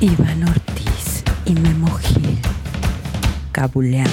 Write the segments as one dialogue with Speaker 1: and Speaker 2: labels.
Speaker 1: Iván Ortiz y Memo Gil cabuleando.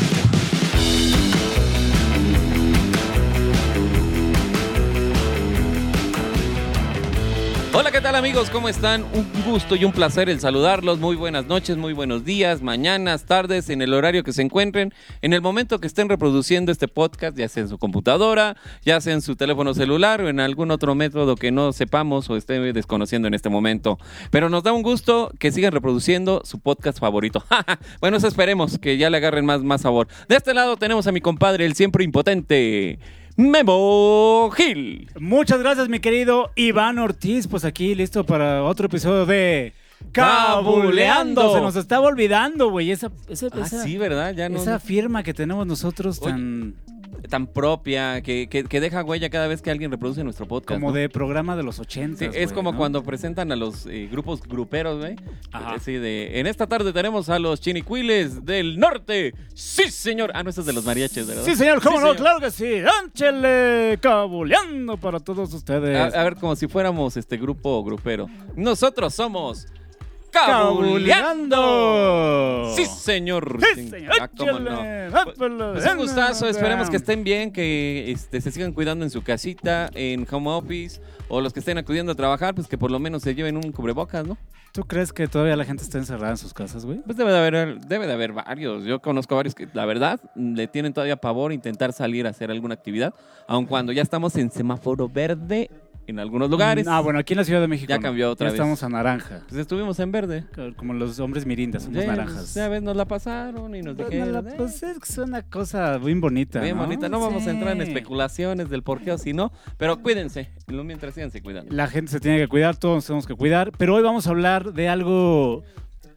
Speaker 2: Hola, ¿qué tal amigos? ¿Cómo están? Un gusto y un placer el saludarlos. Muy buenas noches, muy buenos días, mañanas, tardes, en el horario que se encuentren, en el momento que estén reproduciendo este podcast, ya sea en su computadora, ya sea en su teléfono celular o en algún otro método que no sepamos o esté desconociendo en este momento. Pero nos da un gusto que sigan reproduciendo su podcast favorito. bueno, eso esperemos, que ya le agarren más, más sabor. De este lado tenemos a mi compadre, el siempre impotente. Memo Gil.
Speaker 3: Muchas gracias, mi querido Iván Ortiz. Pues aquí listo para otro episodio de
Speaker 2: Cabuleando.
Speaker 3: Cabuleando. Se nos estaba olvidando, güey. Esa, esa,
Speaker 2: Ah,
Speaker 3: esa-
Speaker 2: sí, ¿verdad? Ya no.
Speaker 3: esa firma que tenemos nosotros
Speaker 2: Oye,
Speaker 3: tan
Speaker 2: tan propia, que, que- que deja huella cada vez que alguien reproduce nuestro podcast.
Speaker 3: como
Speaker 2: ¿no?
Speaker 3: de programa de los 80.
Speaker 2: Sí, es como cuando presentan a los eh, grupos gruperos, güey.
Speaker 3: Ajá.
Speaker 2: Así de, en esta tarde tenemos a los chinicuiles del norte. Sí, señor. Ah, no, este es de los mariachis, ¿verdad?
Speaker 3: Sí, señor, cómo
Speaker 2: Sí,
Speaker 3: no,
Speaker 2: señor.
Speaker 3: claro que sí. Ángele cabuleando para todos ustedes.
Speaker 2: A, a ver, como si fuéramos este grupo grupero. Nosotros somos Cabuleando. Sí, señor.
Speaker 3: Sí, señor.
Speaker 2: Ah, cómo no.
Speaker 3: Échale,
Speaker 2: Pues un gustazo, esperemos que estén bien, que este, se sigan cuidando en su casita, en home office, o los que estén acudiendo a trabajar, pues que por lo menos se lleven un cubrebocas, ¿no?
Speaker 3: ¿Tú crees que todavía la gente está encerrada en sus casas, güey?
Speaker 2: Pues debe de haber, debe de haber varios. Yo conozco varios que, la verdad, le tienen todavía pavor intentar salir a hacer alguna actividad, aun cuando ya estamos en semáforo verde en algunos lugares.
Speaker 3: Ah, bueno, aquí en la Ciudad de México.
Speaker 2: Ya
Speaker 3: no.
Speaker 2: cambió otra
Speaker 3: Ya
Speaker 2: vez.
Speaker 3: Estamos a naranja.
Speaker 2: Pues estuvimos en verde.
Speaker 3: Como los hombres mirindas, somos
Speaker 2: Ya,
Speaker 3: naranjas.
Speaker 2: Ya ves, nos la pasaron y nos dijeron.
Speaker 3: Bueno,
Speaker 2: "Eh,
Speaker 3: la- pues es una cosa bien bonita.
Speaker 2: Bien
Speaker 3: ¿no?
Speaker 2: bonita, no vamos
Speaker 3: Sí.
Speaker 2: a entrar en especulaciones del por qué o si no, pero cuídense, lo mientras síganse cuidando.
Speaker 3: La gente se tiene que cuidar, todos nos tenemos que cuidar, pero hoy vamos a hablar de algo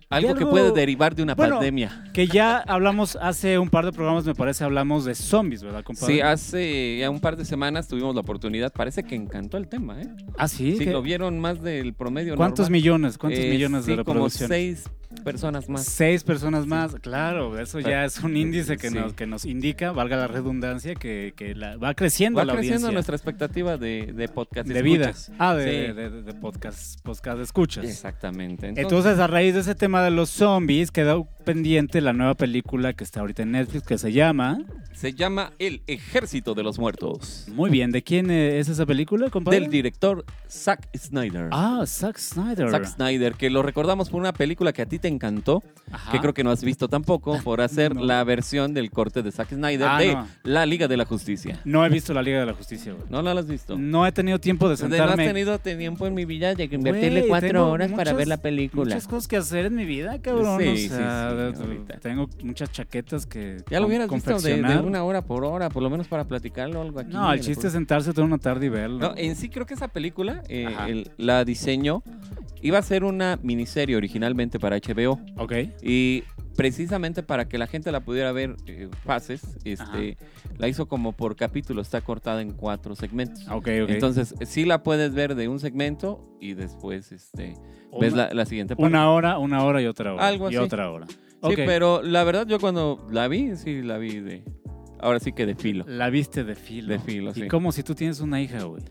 Speaker 2: Algo que
Speaker 3: algo-
Speaker 2: puede derivar de una
Speaker 3: Bueno,
Speaker 2: pandemia.
Speaker 3: que ya hablamos hace un par de programas, me parece, hablamos de zombies, ¿verdad, compadre?
Speaker 2: Sí, hace ya un par de semanas tuvimos la oportunidad, parece que encantó el tema, ¿eh?
Speaker 3: Ah, sí.
Speaker 2: Sí,
Speaker 3: ¿Qué-
Speaker 2: lo vieron más del promedio
Speaker 3: ¿Cuántos
Speaker 2: normal.
Speaker 3: millones? ¿Cuántos
Speaker 2: Eh,
Speaker 3: millones
Speaker 2: sí,
Speaker 3: de reproducciones?
Speaker 2: como seis personas más.
Speaker 3: Seis personas más, claro, eso ya es un índice que,
Speaker 2: Sí.
Speaker 3: nos, que nos indica, valga la redundancia, que, que la- va creciendo
Speaker 2: Va
Speaker 3: la
Speaker 2: creciendo
Speaker 3: audiencia
Speaker 2: nuestra expectativa de, de podcast.
Speaker 3: de vida.
Speaker 2: escuchas.
Speaker 3: Ah, de,
Speaker 2: Sí,
Speaker 3: de- de- de podcast, podcast de escuchas.
Speaker 2: Exactamente. Entonces,
Speaker 3: Entonces, a raíz de ese tema de los zombies, quedó pendiente la nueva película que está ahorita en Netflix que se llama.
Speaker 2: se llama El Ejército de los Muertos.
Speaker 3: Muy bien, ¿de quién eh, es esa película, compadre?
Speaker 2: Del director Zack Snyder.
Speaker 3: Ah, Zack Snyder.
Speaker 2: Zack Snyder, que lo recordamos por una película que a ti te encantó,
Speaker 3: Ajá.
Speaker 2: que creo que no has visto tampoco, por hacer
Speaker 3: Ah. No.
Speaker 2: la versión del corte de Zack Snyder
Speaker 3: Ah,
Speaker 2: de
Speaker 3: no.
Speaker 2: La Liga de la Justicia.
Speaker 3: No he visto la Liga de la Justicia, güey.
Speaker 2: ¿No la has visto?
Speaker 3: No he tenido tiempo de
Speaker 2: Entonces, No has
Speaker 3: sentarme.
Speaker 2: tenido tiempo en mi vida de que
Speaker 3: Güey,
Speaker 2: invertirle cuatro
Speaker 3: tengo
Speaker 2: horas para
Speaker 3: muchas-
Speaker 2: ver la película.
Speaker 3: Muchas cosas que hacer en mi vida, cabrón.
Speaker 2: Sí,
Speaker 3: o
Speaker 2: sí,
Speaker 3: sea,
Speaker 2: sí,
Speaker 3: de- de-
Speaker 2: ahorita.
Speaker 3: tengo muchas chaquetas que.
Speaker 2: Ya lo
Speaker 3: con-
Speaker 2: hubieras visto de- de,
Speaker 3: confeccionar.
Speaker 2: una hora por hora, por lo menos para platicarlo algo aquí.
Speaker 3: No, el chiste es sentarse toda una tarde y verlo.
Speaker 2: No, en sí creo que esa película eh,
Speaker 3: Ajá.
Speaker 2: el- la diseñó, iba a ser una miniserie originalmente para HBO
Speaker 3: Ok.
Speaker 2: y precisamente para que la gente la pudiera ver eh, fases, este, la hizo como por capítulo, está cortada en cuatro segmentos.
Speaker 3: Ok, ok.
Speaker 2: Entonces, sí la puedes ver de un segmento y después este,
Speaker 3: Una-
Speaker 2: ves la, la siguiente parte.
Speaker 3: Una hora, una hora y otra hora.
Speaker 2: Algo
Speaker 3: y
Speaker 2: así.
Speaker 3: otra hora.
Speaker 2: Sí,
Speaker 3: Ok.
Speaker 2: pero la verdad yo cuando la vi, sí la vi de... Ahora sí que de filo.
Speaker 3: La viste de filo.
Speaker 2: De filo, sí.
Speaker 3: Y como si tú tienes una hija, güey.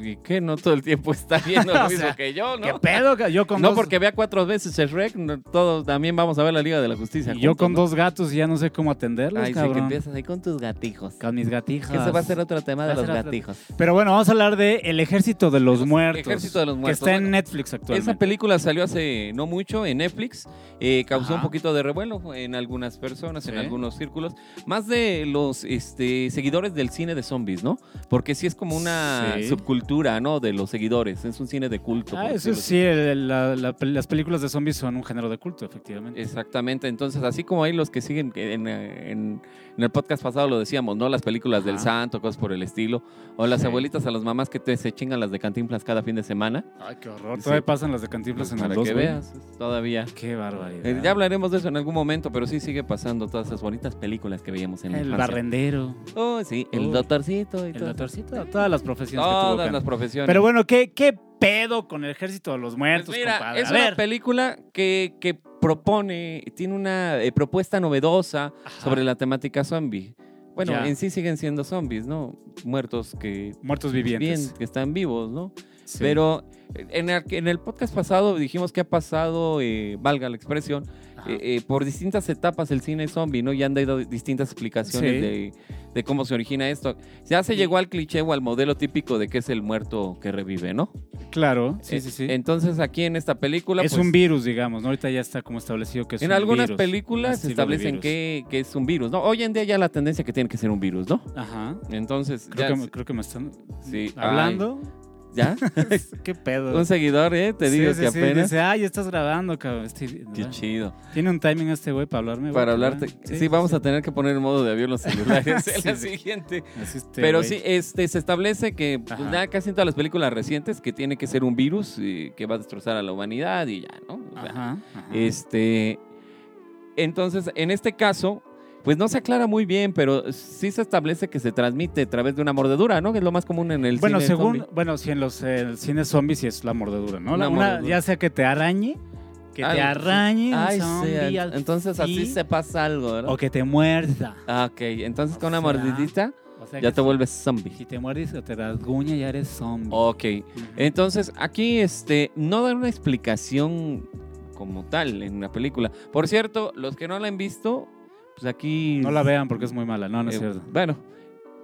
Speaker 2: ¿Y qué? No todo el tiempo está viendo lo
Speaker 3: O
Speaker 2: mismo
Speaker 3: sea,
Speaker 2: que yo, ¿no?
Speaker 3: ¿Qué pedo? ca- Yo con
Speaker 2: no,
Speaker 3: dos,
Speaker 2: porque vea cuatro veces el rec, no, todos también vamos a ver la Liga de la Justicia.
Speaker 3: y yo
Speaker 2: juntos,
Speaker 3: con
Speaker 2: ¿no?
Speaker 3: dos gatos y ya no sé cómo atenderlos,
Speaker 2: Ay, sí, que
Speaker 3: cabrón.
Speaker 2: empiezas ahí con tus gatijos.
Speaker 3: con mis gatijas.
Speaker 2: Que eso va a ser otro tema de
Speaker 3: Va a
Speaker 2: los
Speaker 3: ser otro-
Speaker 2: gatijos.
Speaker 3: Pero bueno, vamos a hablar de El Ejército de los
Speaker 2: El
Speaker 3: Muertos.
Speaker 2: Ejército de los
Speaker 3: Que
Speaker 2: Muertos.
Speaker 3: está en
Speaker 2: Bueno,
Speaker 3: Netflix actualmente.
Speaker 2: Esa película salió hace no mucho en Netflix, eh, causó un
Speaker 3: Ajá.
Speaker 2: poquito de revuelo en algunas personas, en
Speaker 3: Sí.
Speaker 2: algunos círculos, más de los este, seguidores del cine de zombies, ¿no? Porque sí es como una
Speaker 3: Sí.
Speaker 2: subcultura, ¿no? De los seguidores, es un cine de culto.
Speaker 3: Ah,
Speaker 2: por
Speaker 3: eso
Speaker 2: decirlo así.
Speaker 3: sí, el- la- la- las películas de zombies son un género de culto, efectivamente.
Speaker 2: Exactamente, entonces así como hay los que siguen que en, eh, en- en el podcast pasado lo decíamos, ¿no? Las películas del
Speaker 3: Ajá.
Speaker 2: santo, cosas por el estilo, o las
Speaker 3: Sí.
Speaker 2: abuelitas a las mamás que te se chingan las de cantinflas cada fin de semana.
Speaker 3: Ay, qué horror.
Speaker 2: Sí.
Speaker 3: Todavía pasan las de Cantinflas en
Speaker 2: para
Speaker 3: el 2,
Speaker 2: que
Speaker 3: güey.
Speaker 2: veas, todavía.
Speaker 3: Qué barbaridad.
Speaker 2: Eh, ya hablaremos de eso en algún momento, pero sí sigue pasando todas esas bonitas películas que veíamos en la
Speaker 3: El
Speaker 2: infancia.
Speaker 3: barrendero,
Speaker 2: Oh, sí, el
Speaker 3: Uy.
Speaker 2: doctorcito y
Speaker 3: el
Speaker 2: todo.
Speaker 3: doctorcito, todas las profesiones que tuvo
Speaker 2: Todas
Speaker 3: Can.
Speaker 2: las profesiones.
Speaker 3: Pero bueno, ¿qué, ¿qué pedo con el ejército de los
Speaker 2: Pues
Speaker 3: muertos,
Speaker 2: mira,
Speaker 3: compadre?
Speaker 2: es
Speaker 3: A
Speaker 2: una
Speaker 3: ver.
Speaker 2: película que, que propone, tiene una eh, propuesta novedosa
Speaker 3: Ajá.
Speaker 2: sobre la temática zombie. Bueno,
Speaker 3: Ah. Ya.
Speaker 2: en sí siguen siendo zombies, ¿no? Muertos que,
Speaker 3: Muertos
Speaker 2: bien,
Speaker 3: vivientes.
Speaker 2: que están vivos, ¿no?
Speaker 4: Sí.
Speaker 2: Pero eh, en el, en el podcast pasado dijimos que ha pasado, eh, valga la expresión,
Speaker 3: Ajá.
Speaker 2: eh, eh, por distintas etapas el cine zombie, ¿no? Y han dado distintas explicaciones
Speaker 3: Sí.
Speaker 2: de, de cómo se origina esto. Ya se llegó al cliché o al modelo típico de que es el muerto que revive, ¿no?
Speaker 3: Claro,
Speaker 2: Eh,
Speaker 3: sí, sí, sí.
Speaker 2: Entonces aquí en esta película...
Speaker 3: es
Speaker 2: pues,
Speaker 3: un virus, digamos, ¿no? Ahorita ya está como establecido que es
Speaker 2: En
Speaker 3: un
Speaker 2: algunas
Speaker 3: virus, un
Speaker 2: películas se
Speaker 3: estilo de
Speaker 2: establecen
Speaker 3: virus.
Speaker 2: que, que es un virus, ¿no? Hoy en día ya la tendencia que tiene que ser un virus, ¿no?
Speaker 3: Ajá.
Speaker 2: Entonces,
Speaker 3: Creo
Speaker 2: ya...
Speaker 3: que, me- creo que me están
Speaker 2: sí, ay,
Speaker 3: hablando.
Speaker 2: ¿Ya?
Speaker 3: ¿Qué pedo?
Speaker 2: Un seguidor, ¿eh? Te
Speaker 3: Sí,
Speaker 2: digo
Speaker 3: sí,
Speaker 2: que
Speaker 3: sí,
Speaker 2: apenas...
Speaker 3: Dice, ay, ya estás grabando, cabrón. Este-
Speaker 2: Qué chido.
Speaker 3: Tiene un timing este güey para hablarme. güey,
Speaker 2: Para
Speaker 3: cabrón.
Speaker 2: hablarte. Sí, vamos a tener que poner en modo de avión los celulares en la
Speaker 3: Sí, sí.
Speaker 2: siguiente.
Speaker 3: Así este
Speaker 2: Pero
Speaker 3: güey.
Speaker 2: sí, este, se establece que pues,
Speaker 3: Ajá.
Speaker 2: ya casi en todas las películas recientes que tiene que ser un virus eh, que va a destrozar a la humanidad y ya, ¿no? O sea,
Speaker 3: Ajá, ajá.
Speaker 2: Este, entonces, en este caso, pues no se aclara muy bien, pero sí se establece que se transmite a través de una mordedura, ¿no? Que es lo más común en el
Speaker 3: bueno,
Speaker 2: cine
Speaker 3: según,
Speaker 2: zombie.
Speaker 3: bueno, si en los eh, cines zombies sí es la mordedura, ¿no?
Speaker 2: Una
Speaker 3: La- una-
Speaker 2: mordedura.
Speaker 3: ya sea que te arañe, que
Speaker 2: Ay,
Speaker 3: te
Speaker 2: Ah, sí.
Speaker 3: arañe, un
Speaker 2: Ay, sí,
Speaker 3: zombie,
Speaker 2: en-
Speaker 3: al-
Speaker 2: entonces así
Speaker 3: sí,
Speaker 2: se pasa algo, ¿verdad?
Speaker 3: o que te muerda.
Speaker 2: Ah, ok, entonces con una
Speaker 3: O sea,
Speaker 2: mordidita
Speaker 3: O sea,
Speaker 2: ya
Speaker 3: que
Speaker 2: te vuelves zombie. Oh,
Speaker 3: si te muerdes o te rasguña ya eres zombie.
Speaker 2: Ok,
Speaker 3: Ujú.
Speaker 2: eh, entonces aquí este, no dan una explicación como tal en la película. Por cierto, los que no la han visto, pues aquí...
Speaker 3: no la vean porque es muy mala, no, no es
Speaker 2: Eh,
Speaker 3: cierto.
Speaker 2: Bueno,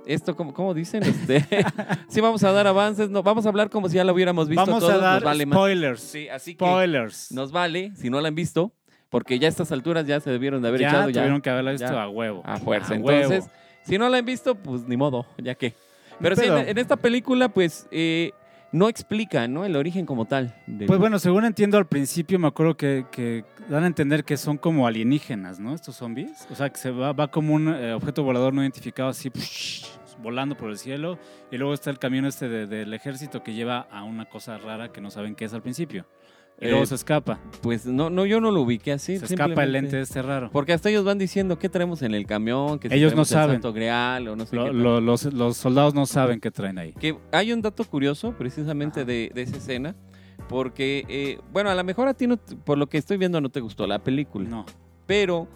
Speaker 2: esto, como, como dicen, este, sí vamos a dar avances, no, vamos a hablar como si ya lo hubiéramos visto
Speaker 3: Vamos
Speaker 2: todos,
Speaker 3: a dar
Speaker 2: nos vale más.
Speaker 3: spoilers.
Speaker 2: Sí, así que
Speaker 3: Spoilers.
Speaker 2: nos vale, si no la han visto, porque ya a estas alturas ya se debieron de haber
Speaker 3: ya
Speaker 2: echado
Speaker 3: tuvieron
Speaker 2: ya
Speaker 3: que haberla visto
Speaker 2: ya.
Speaker 3: a huevo.
Speaker 2: a fuerza.
Speaker 3: A huevo.
Speaker 2: Entonces, si no la han visto, pues ni modo, ya que. Pero sí, en,
Speaker 3: pedo.
Speaker 2: en esta película, pues, eh, no explica, ¿no? El origen como tal. del-
Speaker 3: Pues bueno, según entiendo al principio, me acuerdo que, que dan a entender que son como alienígenas, ¿no? Estos zombies. O sea, que se va, va como un eh, objeto volador no identificado así, pues, volando por el cielo. Y luego está el camión este de- del ejército que lleva a una cosa rara que no saben qué es al principio. Y
Speaker 2: Eh,
Speaker 3: luego se escapa.
Speaker 2: Pues no, no, yo no lo ubiqué así.
Speaker 3: se escapa el
Speaker 2: simplemente. Pues,
Speaker 3: lente este raro.
Speaker 2: Porque hasta ellos van diciendo qué traemos en el camión, que si
Speaker 3: Ellos no
Speaker 2: traemos el
Speaker 3: saben.
Speaker 2: Santo Grial o no sé
Speaker 3: Lo-
Speaker 2: qué.
Speaker 3: lo- los, los soldados no saben qué traen ahí.
Speaker 2: Que hay un dato curioso precisamente
Speaker 3: Ajá.
Speaker 2: de, de esa escena, porque, eh, bueno, a lo mejor a ti, no te- por lo que estoy viendo, no te gustó la película,
Speaker 3: No.
Speaker 2: pero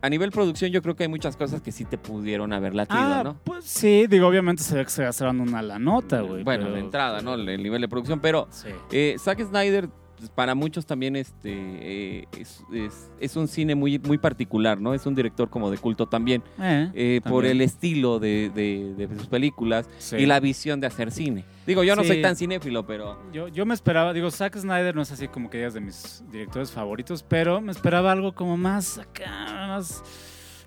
Speaker 2: a nivel producción yo creo que hay muchas cosas que sí te pudieron haber latido,
Speaker 3: Ah,
Speaker 2: ¿no?
Speaker 3: pues sí, digo, obviamente se ve que se gastaron una la nota, güey.
Speaker 2: bueno,
Speaker 3: pero-
Speaker 2: de entrada, ¿no? El nivel de producción, pero
Speaker 3: Sí.
Speaker 2: eh, Zack Snyder pues, para muchos también este, eh, es, es- es un cine muy, muy particular, ¿no? Es un director como de culto también,
Speaker 3: Eh,
Speaker 2: eh, por
Speaker 3: También.
Speaker 2: el estilo de, de- de sus películas
Speaker 3: sí.
Speaker 2: y la visión de hacer cine. Digo, yo no
Speaker 3: Sí.
Speaker 2: soy tan cinéfilo, pero...
Speaker 3: Yo, yo me esperaba, digo, Zack Snyder no es así como que digas de mis directores favoritos, pero me esperaba algo como más acá, más,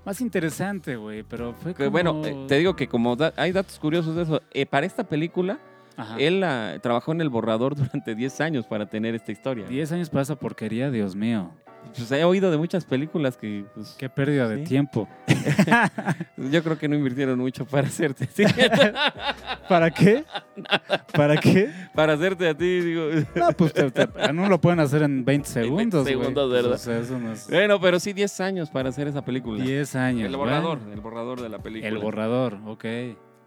Speaker 3: más interesante, güey. Pero fue
Speaker 2: Que,
Speaker 3: como...
Speaker 2: Bueno, eh, te digo que como da- hay datos curiosos de eso, eh, para esta película,
Speaker 3: Ajá.
Speaker 2: él ah, trabajó en el borrador durante 10 años para tener esta historia.
Speaker 3: 10 años para esa porquería, Dios mío.
Speaker 2: Pues he oído de muchas películas que pues,
Speaker 3: Qué pérdida
Speaker 2: Sí.
Speaker 3: de tiempo.
Speaker 2: yo creo que no invirtieron mucho para hacerte. sí.
Speaker 3: ¿Para qué? ¿Para qué?
Speaker 2: para hacerte a ti, digo.
Speaker 3: No, pues te- te- no lo pueden hacer en 20 segundos, güey.
Speaker 2: segundos,
Speaker 3: Pues,
Speaker 2: ¿verdad? Eh,
Speaker 3: o sea, eso no es-
Speaker 2: Bueno, pero sí 10 años para hacer esa película.
Speaker 3: 10 años.
Speaker 2: El borrador,
Speaker 3: bueno.
Speaker 2: el borrador de la película.
Speaker 3: El borrador, ok.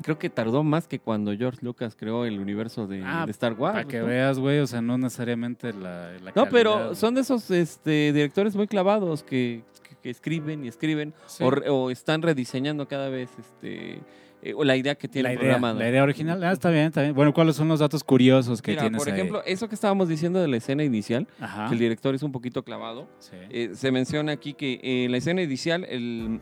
Speaker 2: Creo que tardó más que cuando George Lucas creó el universo de,
Speaker 3: Ah,
Speaker 2: de Star Wars.
Speaker 3: Para que
Speaker 2: pues ¿no?
Speaker 3: veas, güey, o sea, no necesariamente la, la
Speaker 2: No, pero
Speaker 3: calidad.
Speaker 2: son de esos este, directores muy clavados que, que- que escriben y escriben
Speaker 3: Sí.
Speaker 2: o, re- o están rediseñando cada vez este, eh, o la idea que tienen
Speaker 3: la idea,
Speaker 2: programada.
Speaker 3: la idea original. Ah, está bien, está bien. Bueno, ¿cuáles son los datos curiosos que
Speaker 2: Mira,
Speaker 3: tienes
Speaker 2: por
Speaker 3: ahí? Ah.
Speaker 2: ejemplo, eso que estábamos diciendo de la escena inicial,
Speaker 3: Ajá.
Speaker 2: que el director es un poquito clavado,
Speaker 3: Sí.
Speaker 2: eh, se menciona aquí que eh, en la escena inicial, el...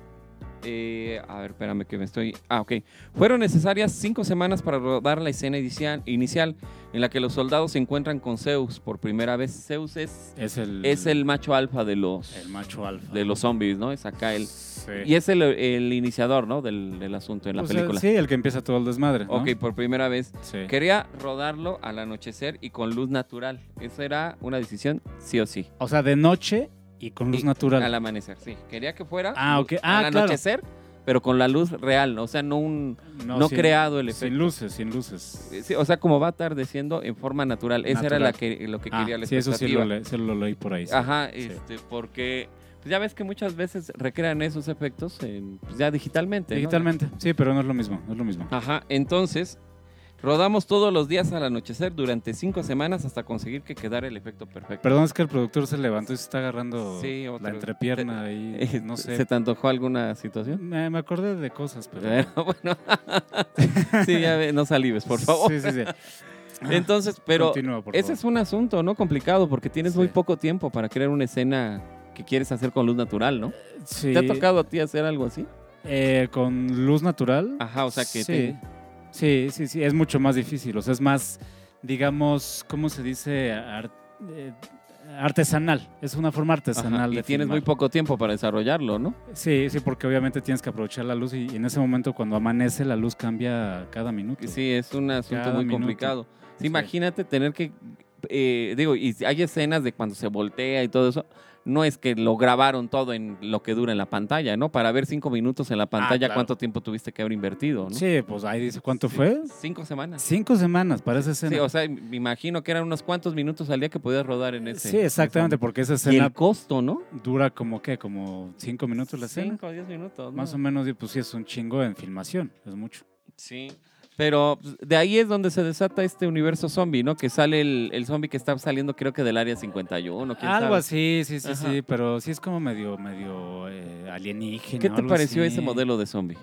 Speaker 2: eh, a ver, espérame que me estoy... Ah, ok. Fueron necesarias cinco semanas para rodar la escena inicial, inicial en la que los soldados se encuentran con Zeus por primera vez. Zeus es,
Speaker 3: es el,
Speaker 2: es el macho alfa de los...
Speaker 3: el macho alfa.
Speaker 2: de los zombies, ¿no? Es acá el...
Speaker 3: Sí.
Speaker 2: Y es el, el iniciador, ¿no? Del, del asunto en la
Speaker 3: O sea,
Speaker 2: película.
Speaker 3: Pues, sí, el que empieza todo el desmadre. ¿no?
Speaker 2: Ok, por primera vez.
Speaker 3: Sí.
Speaker 2: Quería rodarlo al anochecer y con luz natural. Esa era una decisión sí o sí.
Speaker 3: O sea, de noche y con luz
Speaker 2: Y
Speaker 3: natural.
Speaker 2: Al amanecer, sí. Quería que fuera
Speaker 3: Ah, ok.
Speaker 2: luz-
Speaker 3: Ah,
Speaker 2: al
Speaker 3: claro.
Speaker 2: anochecer, pero con la luz real, ¿no? O sea, no un... no
Speaker 3: sin-
Speaker 2: creado el Eh,
Speaker 3: Sin luces, sin luces.
Speaker 2: sí, o sea, como va atardeciendo en forma natural. Esa era
Speaker 3: Natural.
Speaker 2: la que, lo que
Speaker 3: Ah,
Speaker 2: quería la
Speaker 3: sí, eso sí
Speaker 2: expectativa.
Speaker 3: lo, le- sí lo leí por ahí. sí.
Speaker 2: Ajá,
Speaker 3: Sí.
Speaker 2: este, porque... pues ya ves que muchas veces recrean esos efectos en, pues ya digitalmente. ¿no?
Speaker 3: Digitalmente. Sí, pero no es lo mismo, no es lo mismo.
Speaker 2: Ajá, entonces rodamos todos los días al anochecer durante cinco semanas hasta conseguir que quedara el efecto perfecto.
Speaker 3: Perdón, es que el productor se levantó y se está agarrando
Speaker 2: Sí, otro-
Speaker 3: la entrepierna
Speaker 2: Eh,
Speaker 3: ahí. No
Speaker 2: ¿Se
Speaker 3: sé.
Speaker 2: te antojó alguna situación?
Speaker 3: Me, me acordé de cosas, pero...
Speaker 2: Bueno, bueno. sí, ya ve, no salives, por favor.
Speaker 3: Sí, sí, sí.
Speaker 2: Entonces, pero
Speaker 3: Ah, pues Continúa, por
Speaker 2: ese
Speaker 3: favor.
Speaker 2: es un asunto, ¿no? Complicado, porque tienes
Speaker 3: Sí.
Speaker 2: muy poco tiempo para crear una escena que quieres hacer con luz natural, ¿no?
Speaker 3: Sí.
Speaker 2: ¿Te ha tocado a ti hacer algo así?
Speaker 3: Eh, con luz natural.
Speaker 2: Ajá, Ah, o sea que
Speaker 3: sí.
Speaker 2: te-
Speaker 3: sí, sí, sí, es mucho más difícil. O sea, es más, digamos, ¿cómo se dice? Ar- eh, artesanal. Es una forma
Speaker 2: Ajá,
Speaker 3: artesanal
Speaker 2: y
Speaker 3: de
Speaker 2: tienes muy
Speaker 3: filmar.
Speaker 2: poco tiempo para desarrollarlo, ¿no?
Speaker 3: Sí, sí, porque obviamente tienes que aprovechar la luz y, y en ese momento cuando amanece la luz cambia cada minuto.
Speaker 2: Sí, es un asunto
Speaker 3: Cada
Speaker 2: muy
Speaker 3: minuto.
Speaker 2: complicado.
Speaker 3: Sí.
Speaker 2: Imagínate tener que, eh, digo, y hay escenas de cuando se voltea y todo eso. No es que lo grabaron todo en lo que dura en la pantalla, ¿no? Para ver cinco minutos en la pantalla,
Speaker 3: Ah, claro.
Speaker 2: ¿cuánto tiempo tuviste que haber invertido? ¿no?
Speaker 3: Sí, pues ahí dice, ¿cuánto fue?
Speaker 2: Cinco semanas.
Speaker 3: Cinco semanas para esa escena.
Speaker 2: Sí, o sea, me imagino que eran unos cuantos minutos al día que podías rodar en ese.
Speaker 3: sí, exactamente, porque esa
Speaker 2: Y el
Speaker 3: escena
Speaker 2: costo, ¿no?
Speaker 3: dura como, ¿qué? Como cinco minutos la escena.
Speaker 2: Cinco o diez minutos.
Speaker 3: Más
Speaker 2: ¿no?
Speaker 3: o menos, y pues sí, es un chingo en filmación, es mucho.
Speaker 2: Sí. Pero pues, de ahí es donde se desata este universo zombie, ¿no? Que sale el, el zombie que está saliendo, creo que del área 51. ¿quién
Speaker 3: Algo
Speaker 2: sabe?
Speaker 3: así, sí, sí,
Speaker 2: Ajá.
Speaker 3: sí, pero sí es como medio, medio eh, alienígena.
Speaker 2: ¿Qué te
Speaker 3: algo
Speaker 2: pareció
Speaker 3: así.
Speaker 2: ese modelo de zombie?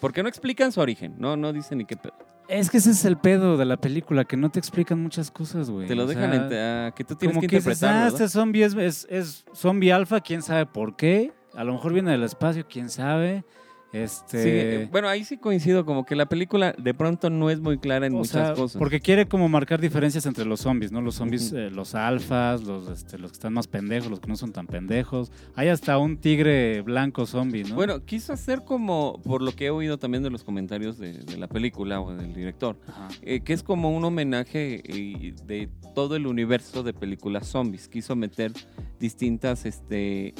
Speaker 2: Porque no explican su origen, no, no dicen ni qué. pe-
Speaker 3: Es que ese es el pedo de la película, que no te explican muchas cosas, güey.
Speaker 2: Te lo
Speaker 3: o
Speaker 2: dejan
Speaker 3: sea,
Speaker 2: ente- ah, que tú tienes
Speaker 3: como
Speaker 2: que
Speaker 3: que dices, ah,
Speaker 2: interpretarlo. ¿verdad?
Speaker 3: este zombie es, es, es zombie alfa, quién sabe por qué. A lo mejor viene del espacio, quién sabe. Este.
Speaker 2: Sí, eh, bueno, ahí sí coincido, como que la película de pronto no es muy clara en
Speaker 3: o
Speaker 2: muchas
Speaker 3: sea,
Speaker 2: cosas.
Speaker 3: Porque quiere como marcar diferencias entre los zombies, ¿no? Los zombies,
Speaker 2: Ujú.
Speaker 3: eh, los alfas, los, este, los que están más pendejos, los que no son tan pendejos. Hay hasta un tigre blanco zombie, ¿no?
Speaker 2: Bueno, quiso hacer como, por lo que he oído también de los comentarios de, de la película o del director,
Speaker 3: Ajá.
Speaker 2: eh, que es como un homenaje eh, de todo el universo de películas zombies. Quiso meter distintas este, eh,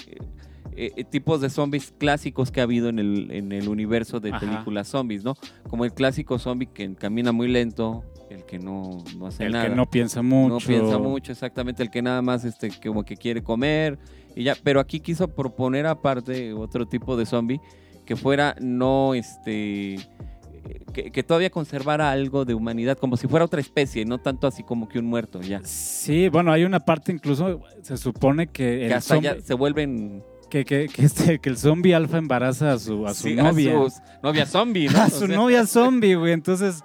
Speaker 2: eh, tipos de zombies clásicos que ha habido en el, en el universo de
Speaker 3: Ajá.
Speaker 2: películas zombies, ¿no? Como el clásico zombie que camina muy lento, el que no, no hace
Speaker 3: El
Speaker 2: nada.
Speaker 3: que no piensa mucho.
Speaker 2: No piensa mucho, exactamente, el que nada más este, como que quiere comer y ya. Pero aquí quiso proponer aparte otro tipo de zombie que fuera no, este, eh, que, que todavía conservara algo de humanidad, como si fuera otra especie, no tanto así como que un muerto ya.
Speaker 3: Sí, bueno, hay una parte incluso, se supone que el
Speaker 2: que hasta
Speaker 3: zombie,
Speaker 2: ya se vuelven
Speaker 3: que, que- que este- que el zombie alfa embaraza a su, a su
Speaker 2: sí,
Speaker 3: novia.
Speaker 2: a sus- novia zombie, ¿no?
Speaker 3: a
Speaker 2: O
Speaker 3: su
Speaker 2: sea,
Speaker 3: novia zombie, güey. Entonces,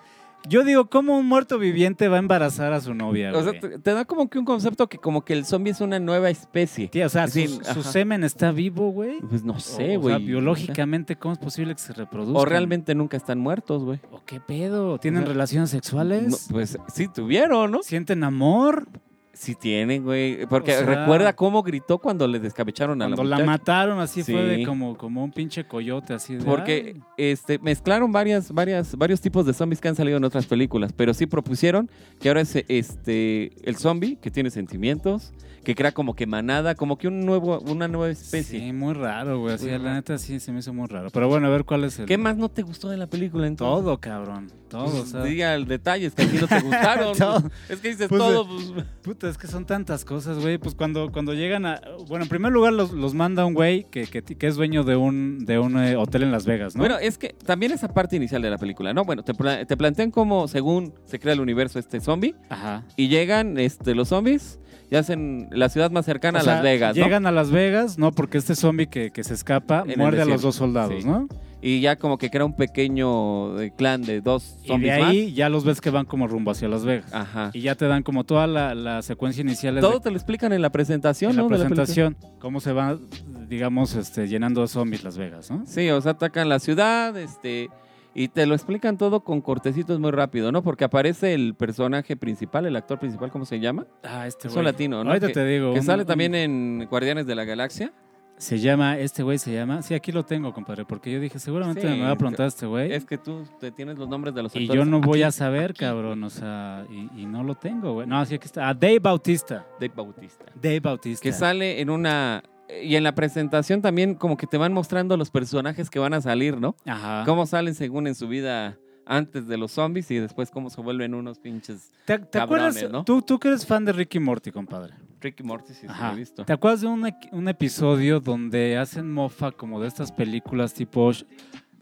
Speaker 3: yo digo, ¿cómo un muerto viviente va a embarazar a su novia,
Speaker 2: o
Speaker 3: güey?
Speaker 2: sea, te, te da como que un concepto que como que el zombie es una nueva especie.
Speaker 3: Tía, o sea,
Speaker 2: sí,
Speaker 3: su,
Speaker 2: ajá.
Speaker 3: su semen está vivo, güey.
Speaker 2: Pues no sé,
Speaker 3: O- o sea,
Speaker 2: güey.
Speaker 3: biológicamente, ¿cómo es posible que se reproduzca?
Speaker 2: O realmente nunca están muertos, güey.
Speaker 3: ¿O qué pedo? ¿Tienen
Speaker 2: O sea,
Speaker 3: relaciones sexuales?
Speaker 2: No, pues sí tuvieron, ¿no?
Speaker 3: ¿Sienten amor?
Speaker 2: Sí tienen, güey. Porque
Speaker 3: O sea-
Speaker 2: recuerda cómo gritó cuando le descabecharon a
Speaker 3: Cuando
Speaker 2: la
Speaker 3: la,
Speaker 2: muchacha.
Speaker 3: mataron, así fue
Speaker 2: Sí.
Speaker 3: de como, como un pinche coyote, así de.
Speaker 2: Porque
Speaker 3: "Ay".
Speaker 2: este, mezclaron varias, varias, varios tipos de zombies que han salido en otras películas, pero sí propusieron que ahora es este, el zombie que tiene sentimientos, que crea como que manada, como que un nuevo, una nueva especie.
Speaker 3: Sí, muy raro, güey. Así,
Speaker 2: Muy
Speaker 3: la
Speaker 2: raro.
Speaker 3: neta, sí se me hizo muy raro. Pero bueno, a ver cuál es el.
Speaker 2: ¿Qué más no te gustó de la película entonces?
Speaker 3: Todo, cabrón. Todo,
Speaker 2: Pues,
Speaker 3: o sea.
Speaker 2: Diga el detalle, es que a ti no te gustaron.
Speaker 3: Todo.
Speaker 2: Es que dices
Speaker 3: Pues,
Speaker 2: todo, pues.
Speaker 3: Puta, es que son tantas cosas, güey. Pues cuando, cuando llegan a. Bueno, en primer lugar, los, los manda un güey que, que, que es dueño de un, de un eh, hotel en Las Vegas, ¿no?
Speaker 2: Bueno, es que también esa parte inicial de la película, ¿no? Bueno, te, pla- te plantean cómo, según se crea el universo este zombie,
Speaker 3: Ajá.
Speaker 2: y llegan este, los zombies y hacen la ciudad más cercana
Speaker 3: O sea,
Speaker 2: a Las Vegas, ¿no?
Speaker 3: Llegan a Las Vegas, ¿no? Porque este zombie que, que se escapa
Speaker 2: En el
Speaker 3: muerde a los
Speaker 2: desierto.
Speaker 3: dos soldados,
Speaker 2: Sí.
Speaker 3: ¿no?
Speaker 2: Y ya como que crea un pequeño eh, clan de dos
Speaker 3: Y de
Speaker 2: zombies
Speaker 3: ahí Ah. ya los ves que van como rumbo hacia Las Vegas.
Speaker 2: más. Ajá.
Speaker 3: Y ya te dan como toda la, la secuencia inicial es de-
Speaker 2: Todo te lo explican en la presentación,
Speaker 3: en la
Speaker 2: ¿no? De película.
Speaker 3: presentación. cómo se va, digamos, este, llenando de zombies Las Vegas, ¿no?
Speaker 2: sí, o sea, atacan la ciudad, este... Y te lo explican todo con cortecitos muy rápido, ¿no? Porque aparece el personaje principal, el actor principal, ¿cómo se llama?
Speaker 3: Ah, este
Speaker 2: Es un latino, ¿no?
Speaker 3: Ahorita
Speaker 2: que,
Speaker 3: te digo.
Speaker 2: que
Speaker 3: un-
Speaker 2: sale
Speaker 3: un-
Speaker 2: también en Guardianes de la Galaxia.
Speaker 3: Se llama, este güey se llama. Sí, aquí lo tengo, compadre, porque yo dije, seguramente
Speaker 2: Sí,
Speaker 3: me va a preguntar este güey.
Speaker 2: Es que tú te tienes los nombres de los
Speaker 3: Y
Speaker 2: actores.
Speaker 3: yo no voy a saber, cabrón, o sea, y, y no lo tengo, güey. No, así aquí está. Ah, Dave Bautista.
Speaker 2: Dave Bautista.
Speaker 3: Dave Bautista.
Speaker 2: Que sale en una... Y en la presentación también como que te van mostrando los personajes que van a salir, ¿no?
Speaker 3: Ajá.
Speaker 2: Cómo salen según en su vida antes de los zombies y después cómo se vuelven unos pinches
Speaker 3: ¿Te, te
Speaker 2: Cabrones,
Speaker 3: acuerdas?
Speaker 2: ¿no?
Speaker 3: Tú, tú que eres fan de Ricky Morty, compadre.
Speaker 2: Ricky Morty, si se
Speaker 3: Ajá.
Speaker 2: ha visto.
Speaker 3: ¿Te acuerdas de un, equ- un episodio donde hacen mofa como de estas películas tipo...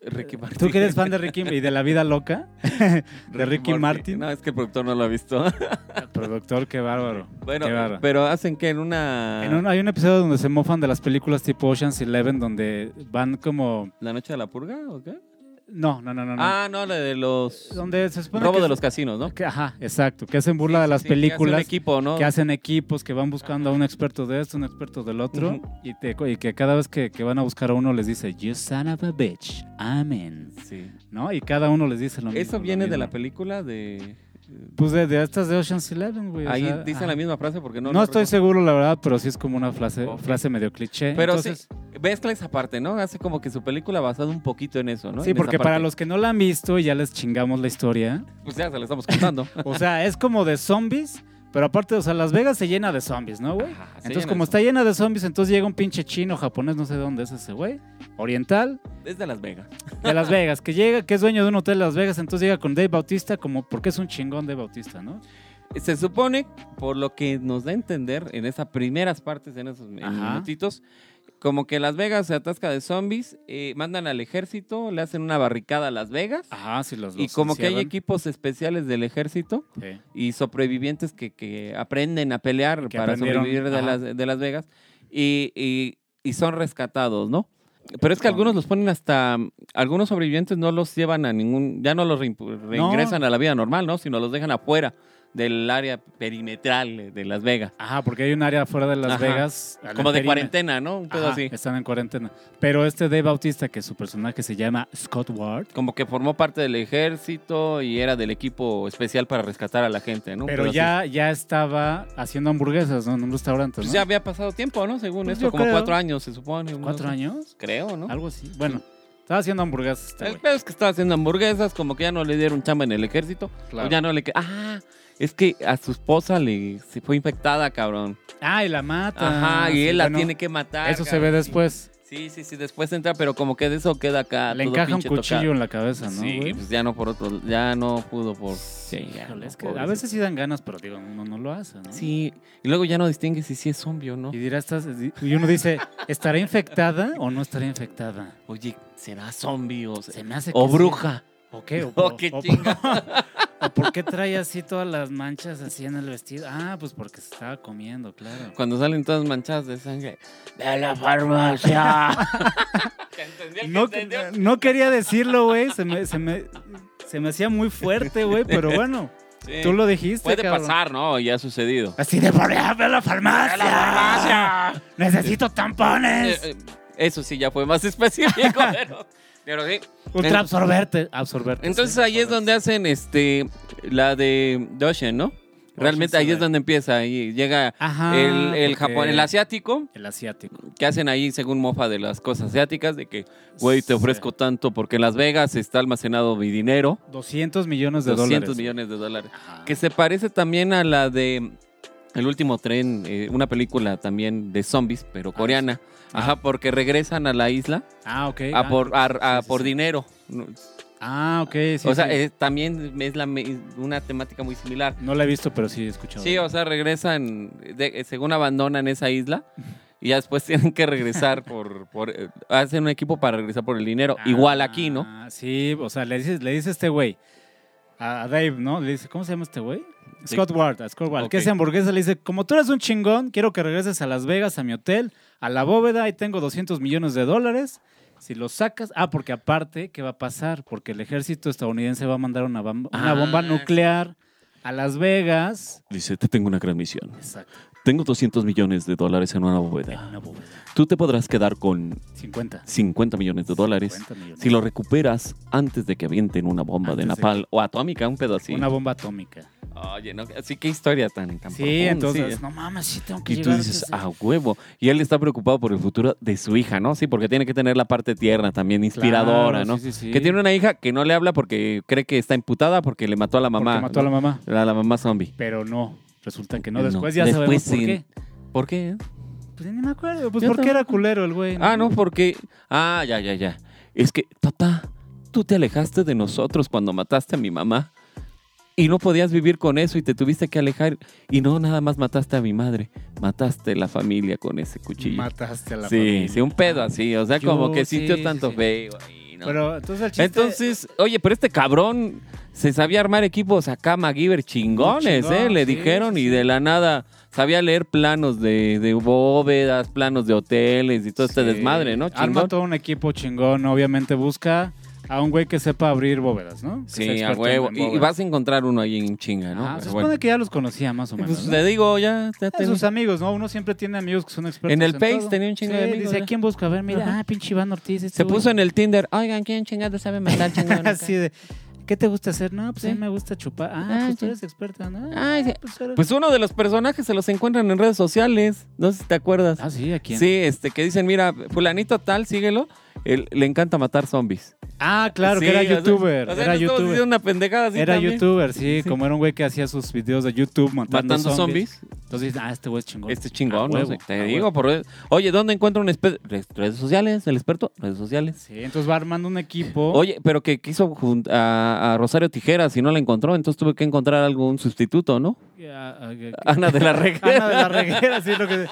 Speaker 2: Ricky Martin.
Speaker 3: ¿Tú que eres fan de Ricky y de la vida loca? de Ricky
Speaker 2: Morty.
Speaker 3: Martin.
Speaker 2: No, es que el productor no lo ha visto.
Speaker 3: Productor, qué bárbaro.
Speaker 2: bueno,
Speaker 3: qué bárbaro.
Speaker 2: pero hacen que en una...
Speaker 3: En un- hay un episodio donde se mofan de las películas tipo Ocean's Eleven donde van como...
Speaker 2: ¿La noche de la purga o qué?
Speaker 3: No, no, no, no. no.
Speaker 2: Ah, no, la de los...
Speaker 3: Donde se supone
Speaker 2: Robo
Speaker 3: que
Speaker 2: de
Speaker 3: es-
Speaker 2: los casinos, ¿no?
Speaker 3: que- ajá, exacto. Que hacen burla de las
Speaker 2: Sí, que hace un
Speaker 3: películas.
Speaker 2: equipo, ¿no?
Speaker 3: que hacen equipos, que van buscando a un experto de esto, un experto del otro,
Speaker 2: Ujú.
Speaker 3: y, te- y que cada vez que, que van a buscar a uno les dice, You son of a bitch, amen.
Speaker 2: Sí.
Speaker 3: ¿No? Y cada uno les dice lo mismo.
Speaker 2: Eso
Speaker 3: lo
Speaker 2: viene de la
Speaker 3: mismo.
Speaker 2: película de...
Speaker 3: Pues de, de estas de Ocean's Eleven, güey. o
Speaker 2: Ahí
Speaker 3: sea,
Speaker 2: dicen
Speaker 3: ajá.
Speaker 2: la misma frase porque no...
Speaker 3: No,
Speaker 2: lo
Speaker 3: estoy
Speaker 2: recuerdo.
Speaker 3: seguro, la verdad, pero sí es como una frase,
Speaker 2: Ok.
Speaker 3: frase medio cliché.
Speaker 2: Pero
Speaker 3: Entonces,
Speaker 2: sí, mezcla esa parte, ¿no? Hace como que su película basada un poquito en eso, ¿no?
Speaker 3: Sí,
Speaker 2: En esa
Speaker 3: porque para
Speaker 2: parte.
Speaker 3: los que no la han visto y ya les chingamos la historia.
Speaker 2: Pues ya se la estamos contando.
Speaker 3: O sea, es como de zombies, pero aparte, o sea, Las Vegas se llena de zombies, ¿no, güey?
Speaker 2: Ajá, se
Speaker 3: Entonces,
Speaker 2: llena de
Speaker 3: como está llena de zombies, entonces llega un pinche chino, japonés, no sé de dónde es ese güey, oriental,
Speaker 2: Es de Las Vegas.
Speaker 3: de Las Vegas, que llega, que es dueño de un hotel de Las Vegas, entonces llega con Dave Bautista, como porque es un chingón Dave Bautista, ¿no?
Speaker 2: Se supone, por lo que nos da a entender en esas primeras partes, en esos en
Speaker 3: Ajá.
Speaker 2: minutitos, como que Las Vegas se atasca de zombies, eh, mandan al ejército, le hacen una barricada a Las Vegas.
Speaker 3: Ajá, sí, Ah, los
Speaker 2: Y como que hay equipos especiales del ejército
Speaker 3: Sí.
Speaker 2: y sobrevivientes que, que aprenden a pelear
Speaker 3: Que
Speaker 2: para
Speaker 3: aprendieron,
Speaker 2: sobrevivir de
Speaker 3: ajá.
Speaker 2: las, de las Vegas y, y- y son rescatados, ¿no? Pero es que
Speaker 3: Son-
Speaker 2: algunos los ponen hasta, algunos sobrevivientes no los llevan a ningún, ya no los reimpu- reingresan a la vida normal, ¿no? Sino los dejan afuera del área perimetral de Las Vegas.
Speaker 3: Ajá, porque hay un área fuera de Las
Speaker 2: Ajá.
Speaker 3: Vegas. al
Speaker 2: Como de
Speaker 3: perímetro.
Speaker 2: cuarentena, ¿no? Un pedo
Speaker 3: Ajá,
Speaker 2: así.
Speaker 3: Están en cuarentena. Pero este Dave Bautista, que su personaje se llama Scott Ward,
Speaker 2: Como que formó parte del ejército y era del equipo especial para rescatar a la gente, ¿no? Un
Speaker 3: pero
Speaker 2: pedo así.
Speaker 3: ya, ya estaba haciendo hamburguesas ¿no? en un restaurante, ¿no?
Speaker 2: Pues ya había pasado tiempo, ¿no? Según
Speaker 3: Pues
Speaker 2: esto,
Speaker 3: yo
Speaker 2: como
Speaker 3: creo.
Speaker 2: cuatro años, se supone. unos-
Speaker 3: ¿Cuatro años?
Speaker 2: Creo, ¿no?
Speaker 3: Algo así. Bueno, estaba haciendo hamburguesas este
Speaker 2: El
Speaker 3: güey.
Speaker 2: pedo es que estaba haciendo hamburguesas, como que ya no le dieron chamba en el ejército.
Speaker 3: Claro.
Speaker 2: O ya no le... que- Ah, es que a su esposa le se fue infectada, cabrón.
Speaker 3: Ah, y la mata.
Speaker 2: Ajá, y
Speaker 3: Sí,
Speaker 2: él la
Speaker 3: bueno,
Speaker 2: tiene que matar.
Speaker 3: Eso se
Speaker 2: cabrón.
Speaker 3: ve después.
Speaker 2: Sí, sí, sí, después entra, pero como que de eso queda acá
Speaker 3: Le
Speaker 2: todo
Speaker 3: encaja un
Speaker 2: pinche
Speaker 3: cuchillo
Speaker 2: tocado.
Speaker 3: en la cabeza, ¿no?
Speaker 2: sí,
Speaker 3: güey?
Speaker 2: pues ya no por otro... Ya no pudo por... Sí, ya
Speaker 3: Híjole,
Speaker 2: no,
Speaker 3: es que a
Speaker 2: pobrecito.
Speaker 3: veces sí dan ganas, pero digo, uno no lo hace, ¿no?
Speaker 2: Sí, y luego ya no distingue si sí es zombie o no.
Speaker 3: Y dirá, "Estás-" y uno dice, ¿estará infectada o no estará infectada?
Speaker 2: Oye, ¿será zombie o,
Speaker 3: Se me hace
Speaker 2: o
Speaker 3: que sí.
Speaker 2: bruja?
Speaker 3: ¿O qué? ¿O,
Speaker 2: No,
Speaker 3: o-
Speaker 2: qué
Speaker 3: o-
Speaker 2: chinga.
Speaker 3: o por qué trae así todas las manchas así en el vestido? Ah, pues porque se estaba comiendo, claro.
Speaker 2: Cuando salen todas manchadas de sangre. ¡De la farmacia!
Speaker 3: No, no quería decirlo, güey. Se me, se, me, se me hacía muy fuerte, güey. Pero bueno,
Speaker 2: Sí.
Speaker 3: tú lo dijiste.
Speaker 2: Puede
Speaker 3: cabrón.
Speaker 2: pasar, ¿no? Ya ha sucedido.
Speaker 3: Así de por allá, ve a la farmacia. Necesito tampones.
Speaker 2: Eh, eh, Eso sí, ya fue más específico, pero, pero sí.
Speaker 3: Ultra absorberte. Absorberte.
Speaker 2: eh, Entonces
Speaker 3: sí,
Speaker 2: ahí es
Speaker 3: absorberte.
Speaker 2: donde hacen este la de de Ocean, ¿no? Realmente ahí es donde empieza. Ahí llega
Speaker 3: Ajá,
Speaker 2: el, el
Speaker 3: porque-
Speaker 2: Japón, el asiático,
Speaker 3: El asiático.
Speaker 2: que hacen ahí según mofa de las cosas asiáticas, de que, güey, te ofrezco tanto porque en Las Vegas está almacenado mi dinero.
Speaker 3: 200 millones de
Speaker 2: 200
Speaker 3: dólares.
Speaker 2: millones de dólares.
Speaker 3: Ajá.
Speaker 2: Que se parece también a la de El último tren, eh, una película también de zombies, pero coreana. Ajá, porque regresan a la isla
Speaker 3: Ah, ok.
Speaker 2: a
Speaker 3: Ah,
Speaker 2: por, a- a
Speaker 3: sí, sí,
Speaker 2: por
Speaker 3: sí.
Speaker 2: dinero. No,
Speaker 3: Ah, ok. sí,
Speaker 2: o sea,
Speaker 3: sí.
Speaker 2: eh, también es la me- una temática muy similar.
Speaker 3: No la he visto, pero sí he escuchado.
Speaker 2: Sí, o sea, regresan, de- eh, según abandonan esa isla, y ya después tienen que regresar por, por, eh, hacen un equipo para regresar por el dinero. Igual aquí, ¿no?
Speaker 3: Ah, Sí, o sea, le dices, le dice este güey a a Dave, ¿no? Le dice, ¿cómo se llama este güey?
Speaker 2: Sí.
Speaker 3: Scott Ward, a Scott Ward. Que
Speaker 2: Ok.
Speaker 3: ese hamburguesa le dice, como tú eres un chingón, quiero que regreses a Las Vegas, a mi hotel, a la bóveda, ahí tengo 200 millones de dólares. Si los sacas, ah, porque aparte, ¿qué va a pasar? Porque el ejército estadounidense va a mandar una, bam- una
Speaker 2: Ah,
Speaker 3: bomba
Speaker 2: sí.
Speaker 3: nuclear a Las Vegas.
Speaker 2: Dice, te tengo una gran misión.
Speaker 3: Exacto,
Speaker 2: Tengo 200 millones de dólares en una bóveda.
Speaker 3: una bóveda.
Speaker 2: Tú te podrás quedar con
Speaker 3: 50.
Speaker 2: 50 millones de dólares
Speaker 3: 50 millones.
Speaker 2: si lo recuperas antes de que avienten una bomba
Speaker 3: Antes
Speaker 2: de
Speaker 3: de
Speaker 2: napal o atómica, un pedo así.
Speaker 3: Una bomba atómica.
Speaker 2: Oye, no, así que historia tan, tan
Speaker 3: Sí,
Speaker 2: profunda,
Speaker 3: entonces,
Speaker 2: sí.
Speaker 3: no mames, sí tengo que
Speaker 2: Y tú
Speaker 3: llegar a
Speaker 2: dices, "Ah,
Speaker 3: ese-
Speaker 2: a huevo. Y él está preocupado por el futuro de su hija, ¿no? Sí, porque tiene que tener la parte tierna también, inspiradora,
Speaker 3: Claro,
Speaker 2: ¿no?
Speaker 3: sí, sí, sí.
Speaker 2: Que tiene una hija que no le habla porque cree que está imputada porque le mató a la
Speaker 3: Porque
Speaker 2: mamá.
Speaker 3: mató a la
Speaker 2: ¿no?
Speaker 3: mamá.
Speaker 2: La, la mamá zombie.
Speaker 3: Pero no, resulta que no.
Speaker 2: No,
Speaker 3: Después ya
Speaker 2: después
Speaker 3: sabemos por
Speaker 2: sí.
Speaker 3: qué.
Speaker 2: ¿Por qué?
Speaker 3: Pues ni me acuerdo. Pues
Speaker 2: Yo
Speaker 3: porque era
Speaker 2: tampoco.
Speaker 3: culero el güey.
Speaker 2: Ah, no, porque. Ah, ya, ya, ya. Es que, tata, tú te alejaste de nosotros cuando mataste a mi mamá. Y no podías vivir con eso y te tuviste que alejar. Y no nada más mataste a mi madre, mataste la familia con ese cuchillo.
Speaker 3: Mataste a la
Speaker 2: sí,
Speaker 3: familia.
Speaker 2: sí, un pedo así. O sea,
Speaker 3: Yo-
Speaker 2: como que
Speaker 3: sí,
Speaker 2: sintió
Speaker 3: sí,
Speaker 2: tanto
Speaker 3: sí.
Speaker 2: feo. ahí, ¿no?
Speaker 3: Pero entonces el chiste...
Speaker 2: Entonces, oye, pero este cabrón se sabía armar equipos acá, MacGyver, chingones,
Speaker 3: Chingón,
Speaker 2: ¿eh? Le
Speaker 3: sí,
Speaker 2: dijeron
Speaker 3: sí,
Speaker 2: y
Speaker 3: sí.
Speaker 2: de la nada sabía leer planos de, de bóvedas, planos de hoteles y todo este
Speaker 3: Sí.
Speaker 2: desmadre, ¿no?
Speaker 3: Arma
Speaker 2: Chingón.
Speaker 3: todo un equipo chingón. Obviamente busca a un güey que sepa abrir bóvedas, ¿no? Que sea
Speaker 2: Sí, a
Speaker 3: experto en-
Speaker 2: huevo.
Speaker 3: en
Speaker 2: Y, y
Speaker 3: bóvedas.
Speaker 2: vas a encontrar uno ahí en chinga, ¿no?
Speaker 3: Ajá, se
Speaker 2: Pero
Speaker 3: supone
Speaker 2: bueno.
Speaker 3: que ya los conocía más o menos.
Speaker 2: Pues
Speaker 3: ¿no?
Speaker 2: le digo, ya. ya
Speaker 3: A
Speaker 2: tengo.
Speaker 3: sus amigos, ¿no? Uno siempre tiene amigos que son expertos.
Speaker 2: En el Face
Speaker 3: todo.
Speaker 2: tenía un chingo
Speaker 3: Sí,
Speaker 2: de amigos,
Speaker 3: Dice,
Speaker 2: ya.
Speaker 3: ¿a quién busca? A ver, mira, ah, pinche Iván Ortiz. este
Speaker 2: Se
Speaker 3: güey".
Speaker 2: puso en el Tinder. Oigan, ¿quién chingado sabe mandar chingado? nunca?"
Speaker 3: Así de, ¿qué te gusta hacer? No, pues a
Speaker 2: Sí.
Speaker 3: mí me gusta chupar. Ah,
Speaker 2: Ah,
Speaker 3: pues tú
Speaker 2: sí.
Speaker 3: eres experta, ¿no?
Speaker 2: Ay, sí.
Speaker 3: pues, eres-
Speaker 2: Pues uno de los personajes se los encuentran en redes sociales. No sé si te acuerdas.
Speaker 3: Ah, sí, ¿a quién?
Speaker 2: Sí, este, que dicen, mira, fulanito tal, síguelo. él- le encanta matar zombies.
Speaker 3: Ah, claro,
Speaker 2: Sí,
Speaker 3: que era
Speaker 2: o sea,
Speaker 3: youtuber.
Speaker 2: o sea,
Speaker 3: era
Speaker 2: no estamos diciendo
Speaker 3: youtuber.
Speaker 2: una pendejada así
Speaker 3: Era
Speaker 2: también.
Speaker 3: youtuber, sí, como era un güey que hacía sus videos de YouTube matando,
Speaker 2: Matando
Speaker 3: zombies.
Speaker 2: zombies.
Speaker 3: Entonces, ah, este güey es chingón.
Speaker 2: Este es chingón,
Speaker 3: A
Speaker 2: no
Speaker 3: huevo,
Speaker 2: sé, Te
Speaker 3: a
Speaker 2: digo,
Speaker 3: huevo.
Speaker 2: por... oye, ¿dónde encuentro un experto? Redes sociales, el experto, redes sociales.
Speaker 3: Sí, entonces va armando un equipo.
Speaker 2: Oye, pero que quiso jun- a, a Rosario Tijeras y no la encontró, entonces tuve que encontrar algún sustituto, ¿no?
Speaker 3: Ah, ah, que-
Speaker 2: Ana de la Reguera.
Speaker 3: Ana de la Reguera, sí es lo que.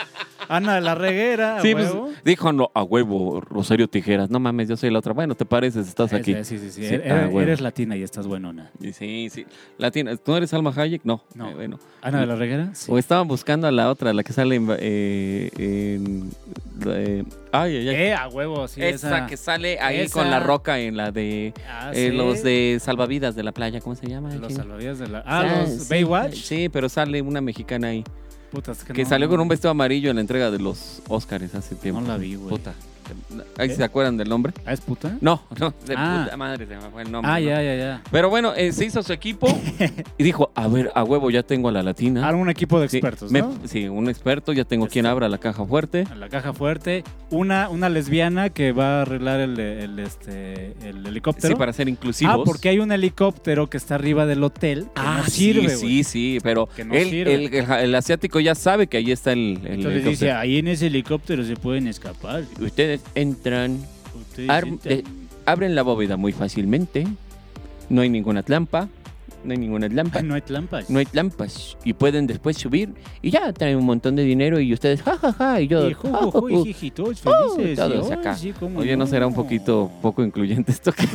Speaker 3: Ana de la Reguera,
Speaker 2: Sí,
Speaker 3: a
Speaker 2: pues,
Speaker 3: Ah, huevo.
Speaker 2: dijo, no, a huevo, Rosario Tijeras. No mames, yo soy la otra. Bueno, te pareces, estás aquí.
Speaker 3: Sí, sí, sí.
Speaker 2: Sí,
Speaker 3: Eres,
Speaker 2: ah, huevo.
Speaker 3: eres latina y estás buenona.
Speaker 2: Y Sí, sí. Latina, ¿tú eres Alma Hayek? No.
Speaker 3: No.
Speaker 2: Eh, bueno.
Speaker 3: ¿Ana de la Reguera? Sí.
Speaker 2: O estaban buscando a la otra, la que sale en... eh, en- eh, ay, ay, ay.
Speaker 3: Eh, a huevo, sí.
Speaker 2: esa, que sale ahí
Speaker 3: esa.
Speaker 2: con la roca en la de...
Speaker 3: Ah,
Speaker 2: eh,
Speaker 3: sí.
Speaker 2: Los de salvavidas de la playa, ¿cómo se llama?
Speaker 3: Los
Speaker 2: ¿Quién?
Speaker 3: salvavidas de la. Ah,
Speaker 2: Ah,
Speaker 3: los
Speaker 2: sí,
Speaker 3: Baywatch.
Speaker 2: Sí, pero sale una mexicana ahí.
Speaker 3: Puta, es que
Speaker 2: Que
Speaker 3: no-
Speaker 2: salió con un vestido amarillo en la entrega de los Óscares hace tiempo.
Speaker 3: No la vi, güey.
Speaker 2: Puta. Ahí
Speaker 3: ¿Eh?
Speaker 2: se acuerdan del nombre.
Speaker 3: ¿Ah, es puta?
Speaker 2: No, no, de
Speaker 3: Ah.
Speaker 2: puta madre se me fue el nombre.
Speaker 3: Ah,
Speaker 2: ¿no?
Speaker 3: ya, ya, ya.
Speaker 2: Pero bueno, eh, se hizo su equipo y dijo, a ver, a huevo, ya tengo a la latina.
Speaker 3: Arma Ah, un equipo de
Speaker 2: Sí,
Speaker 3: expertos,
Speaker 2: me-
Speaker 3: ¿no?
Speaker 2: Sí, un experto, ya tengo quien abra la caja fuerte.
Speaker 3: A la caja fuerte. Una, una lesbiana que va a arreglar el, el, este, el helicóptero.
Speaker 2: Sí, para ser inclusivos.
Speaker 3: Ah, porque hay un helicóptero que está arriba del hotel que
Speaker 2: Ah,
Speaker 3: no
Speaker 2: sí,
Speaker 3: sirve, güey.
Speaker 2: sí, sí, pero
Speaker 3: Que no
Speaker 2: él-
Speaker 3: sirve.
Speaker 2: El, el- el asiático ya sabe que ahí está el... el
Speaker 3: Entonces
Speaker 2: helicóptero.
Speaker 3: dice, ah. ahí en ese helicóptero se pueden escapar.
Speaker 2: Ustedes entran,
Speaker 3: Ustedes
Speaker 2: Arm-
Speaker 3: entran".
Speaker 2: eh, abren la bóveda muy fácilmente, no hay ninguna trampa, no hay ninguna trampa.
Speaker 3: Ah, no hay trampas.
Speaker 2: No hay trampas y pueden después subir y ya traen un montón de dinero y ustedes jajaja y yo
Speaker 3: Y ju, ju, ju,
Speaker 2: "Ja, ja, ja".
Speaker 3: y jiji, todos
Speaker 2: Oh,
Speaker 3: felices.
Speaker 2: todos
Speaker 3: Y, "Ay,
Speaker 2: acá.
Speaker 3: sí, cómo
Speaker 2: Oye, ¿no será un poquito poco incluyente esto que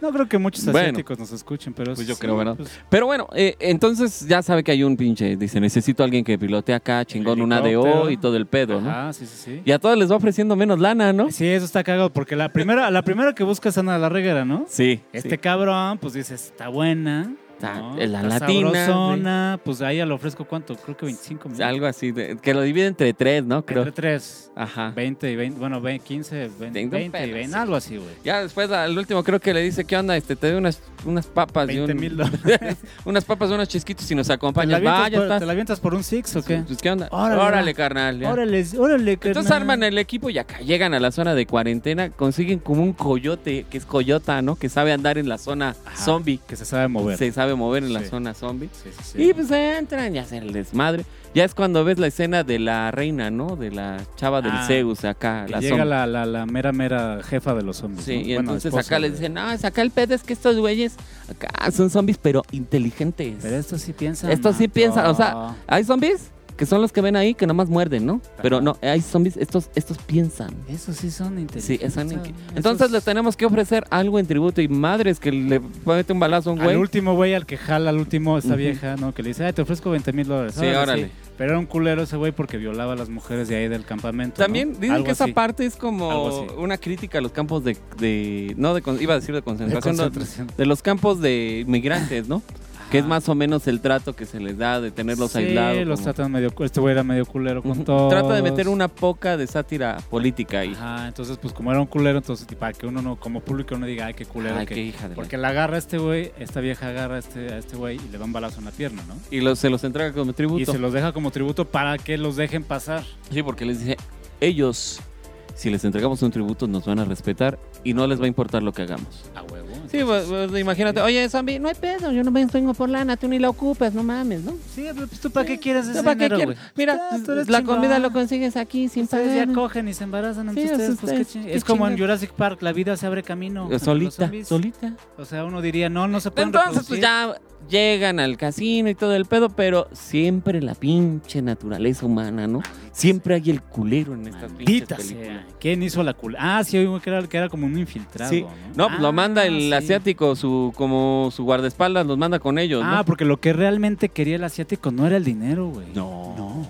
Speaker 3: No creo que muchos
Speaker 2: Bueno.
Speaker 3: asiáticos nos escuchen, pero...
Speaker 2: Pues yo
Speaker 3: sí,
Speaker 2: creo, ¿verdad?
Speaker 3: pues,
Speaker 2: Pero bueno, eh, entonces ya sabe que hay un pinche, dice, necesito a alguien que pilote acá, chingón, una
Speaker 3: helicóptero.
Speaker 2: DO y todo el pedo, ¿no?
Speaker 3: Ajá, sí, sí, sí.
Speaker 2: Y a todos les va ofreciendo menos lana, ¿no?
Speaker 3: Sí, eso está cagado, porque la primera, la primera que buscas es Ana de la Reguera, ¿no?
Speaker 2: Sí.
Speaker 3: Este
Speaker 2: sí.
Speaker 3: cabrón, pues dices, está buena.
Speaker 2: Está-
Speaker 3: ¿no?
Speaker 2: es la
Speaker 3: Está
Speaker 2: latina,
Speaker 3: Sabrosona, pues a ella le ofrezco cuánto, creo que 25 millones.
Speaker 2: Algo así, de- que lo divide entre tres, ¿no? Creo.
Speaker 3: Entre tres.
Speaker 2: Ajá.
Speaker 3: 20 y 20, bueno, 20, 15, 20,
Speaker 2: Tengo
Speaker 3: 20 y
Speaker 2: penas,
Speaker 3: 20,
Speaker 2: sí.
Speaker 3: algo así, güey.
Speaker 2: Ya después al último creo que le dice, ¿qué onda? Este, te doy unas, unas papas. y
Speaker 3: 20
Speaker 2: un-
Speaker 3: mil dólares.
Speaker 2: unas papas, unos chisquitos y nos
Speaker 3: ¿Te la
Speaker 2: acompañas.
Speaker 3: avientas
Speaker 2: Vaya,
Speaker 3: por-
Speaker 2: estás.
Speaker 3: ¿Te la avientas por un six o qué?
Speaker 2: Pues, ¿qué onda?
Speaker 3: Órale,
Speaker 2: Órale,
Speaker 3: va.
Speaker 2: carnal. ya.
Speaker 3: Órale, órale,
Speaker 2: Entonces
Speaker 3: carnal.
Speaker 2: arman el equipo y acá llegan a la zona de cuarentena, consiguen como un coyote, que es coyota, ¿no? Que sabe andar en la zona
Speaker 3: Ajá.
Speaker 2: zombie.
Speaker 3: Que se sabe mover.
Speaker 2: Se sabe mover en la
Speaker 3: Sí.
Speaker 2: zona zombie.
Speaker 3: Sí, sí, sí.
Speaker 2: Y pues entran y hacen el desmadre. Ya es cuando ves la escena de la reina, ¿no? De la chava del
Speaker 3: Ah,
Speaker 2: Zeus acá,
Speaker 3: Que
Speaker 2: la
Speaker 3: llega
Speaker 2: zombie.
Speaker 3: la, la, la mera, mera jefa de los zombies.
Speaker 2: Sí,
Speaker 3: ¿no?
Speaker 2: y
Speaker 3: Bueno,
Speaker 2: entonces
Speaker 3: esposa
Speaker 2: acá le
Speaker 3: de-
Speaker 2: dicen, no, es acá el pedo es que estos güeyes acá son zombies, pero inteligentes.
Speaker 3: Pero esto sí piensa.
Speaker 2: Estos sí
Speaker 3: mato".
Speaker 2: piensan, o sea, Hay zombies que son los que ven ahí que nomás muerden, ¿no? Pero no, hay zombies, estos, estos piensan.
Speaker 3: Esos sí son
Speaker 2: Sí,
Speaker 3: inteligentes.
Speaker 2: eso ni
Speaker 3: o sea,
Speaker 2: que- Entonces
Speaker 3: esos-
Speaker 2: les tenemos que ofrecer algo en tributo y madres que le mete un balazo a un
Speaker 3: Al
Speaker 2: güey.
Speaker 3: último güey, al que jala al último, esta
Speaker 2: Ujú.
Speaker 3: vieja, ¿no? Que le dice, ay, te ofrezco 20 mil dólares.
Speaker 2: Sí, órale.
Speaker 3: Pero era un culero ese güey porque violaba a las mujeres de ahí del campamento. ¿no?
Speaker 2: También dicen
Speaker 3: Algo
Speaker 2: que esa
Speaker 3: así.
Speaker 2: parte es
Speaker 3: Algo
Speaker 2: como
Speaker 3: así.
Speaker 2: una crítica a los campos de, de- no de con- iba a decir de
Speaker 3: De
Speaker 2: concentración, no, de,
Speaker 3: concentración.
Speaker 2: los campos de migrantes, ¿no? Que es
Speaker 3: Ajá.
Speaker 2: más o menos el trato que se les da de tenerlos
Speaker 3: Sí,
Speaker 2: aislados.
Speaker 3: los
Speaker 2: como-
Speaker 3: tratan medio. Este güey era medio culero con
Speaker 2: Ujú.
Speaker 3: todos.
Speaker 2: Trata de meter una poca de sátira política ahí.
Speaker 3: Ajá, entonces, pues como era un culero, entonces, y para que uno no, como público, no diga, ay, qué culero.
Speaker 2: Ay,
Speaker 3: que...
Speaker 2: qué hija de la-
Speaker 3: Porque la agarra este güey, esta vieja agarra a este, a este güey y le da un balazo en la pierna, ¿no?
Speaker 2: Y los, se los entrega como
Speaker 3: Y
Speaker 2: tributo.
Speaker 3: se los deja como tributo para que los dejen pasar.
Speaker 2: Sí, porque les dice, ellos, si les entregamos un tributo, nos van a respetar y no les va a importar lo que hagamos.
Speaker 3: A huevo.
Speaker 2: Sí, pues, pues, imagínate, oye, zombie, no hay pedo, yo no me vengo por lana, tú ni la ocupas, no mames, ¿no?
Speaker 3: Sí, pero pues, ¿tú para qué quieres
Speaker 2: ¿Tú
Speaker 3: ese
Speaker 2: para qué
Speaker 3: dinero,
Speaker 2: quieres?
Speaker 3: güey?
Speaker 2: Mira,
Speaker 3: Ah, tú eres
Speaker 2: la
Speaker 3: chingón.
Speaker 2: comida lo consigues aquí sin
Speaker 3: Ustedes
Speaker 2: pagar.
Speaker 3: ya cogen y se embarazan entre
Speaker 2: Sí,
Speaker 3: ustedes.
Speaker 2: ustedes,
Speaker 3: pues, qué ching-
Speaker 2: qué
Speaker 3: es como en
Speaker 2: chingón.
Speaker 3: Jurassic Park, la vida se abre camino. entre los
Speaker 2: Eh, Solita,
Speaker 3: zombies.
Speaker 2: solita.
Speaker 3: O sea, uno diría, no, no se pueden
Speaker 2: Entonces, pues
Speaker 3: reproducir.
Speaker 2: ya llegan al casino y todo el pedo, pero siempre la pinche naturaleza humana, ¿no? Siempre hay el culero en estas pinches
Speaker 3: Maldita
Speaker 2: películas.
Speaker 3: sea. ¿Quién hizo la cul... Ah, sí, hay uno que era, que era como un infiltrado.
Speaker 2: Sí. No, pues
Speaker 3: Ah,
Speaker 2: lo manda el
Speaker 3: sí.
Speaker 2: asiático, su como su guardaespaldas, los manda con ellos,
Speaker 3: Ah,
Speaker 2: ¿no?
Speaker 3: porque lo que realmente quería el asiático no era el dinero, güey.
Speaker 2: No.
Speaker 3: No,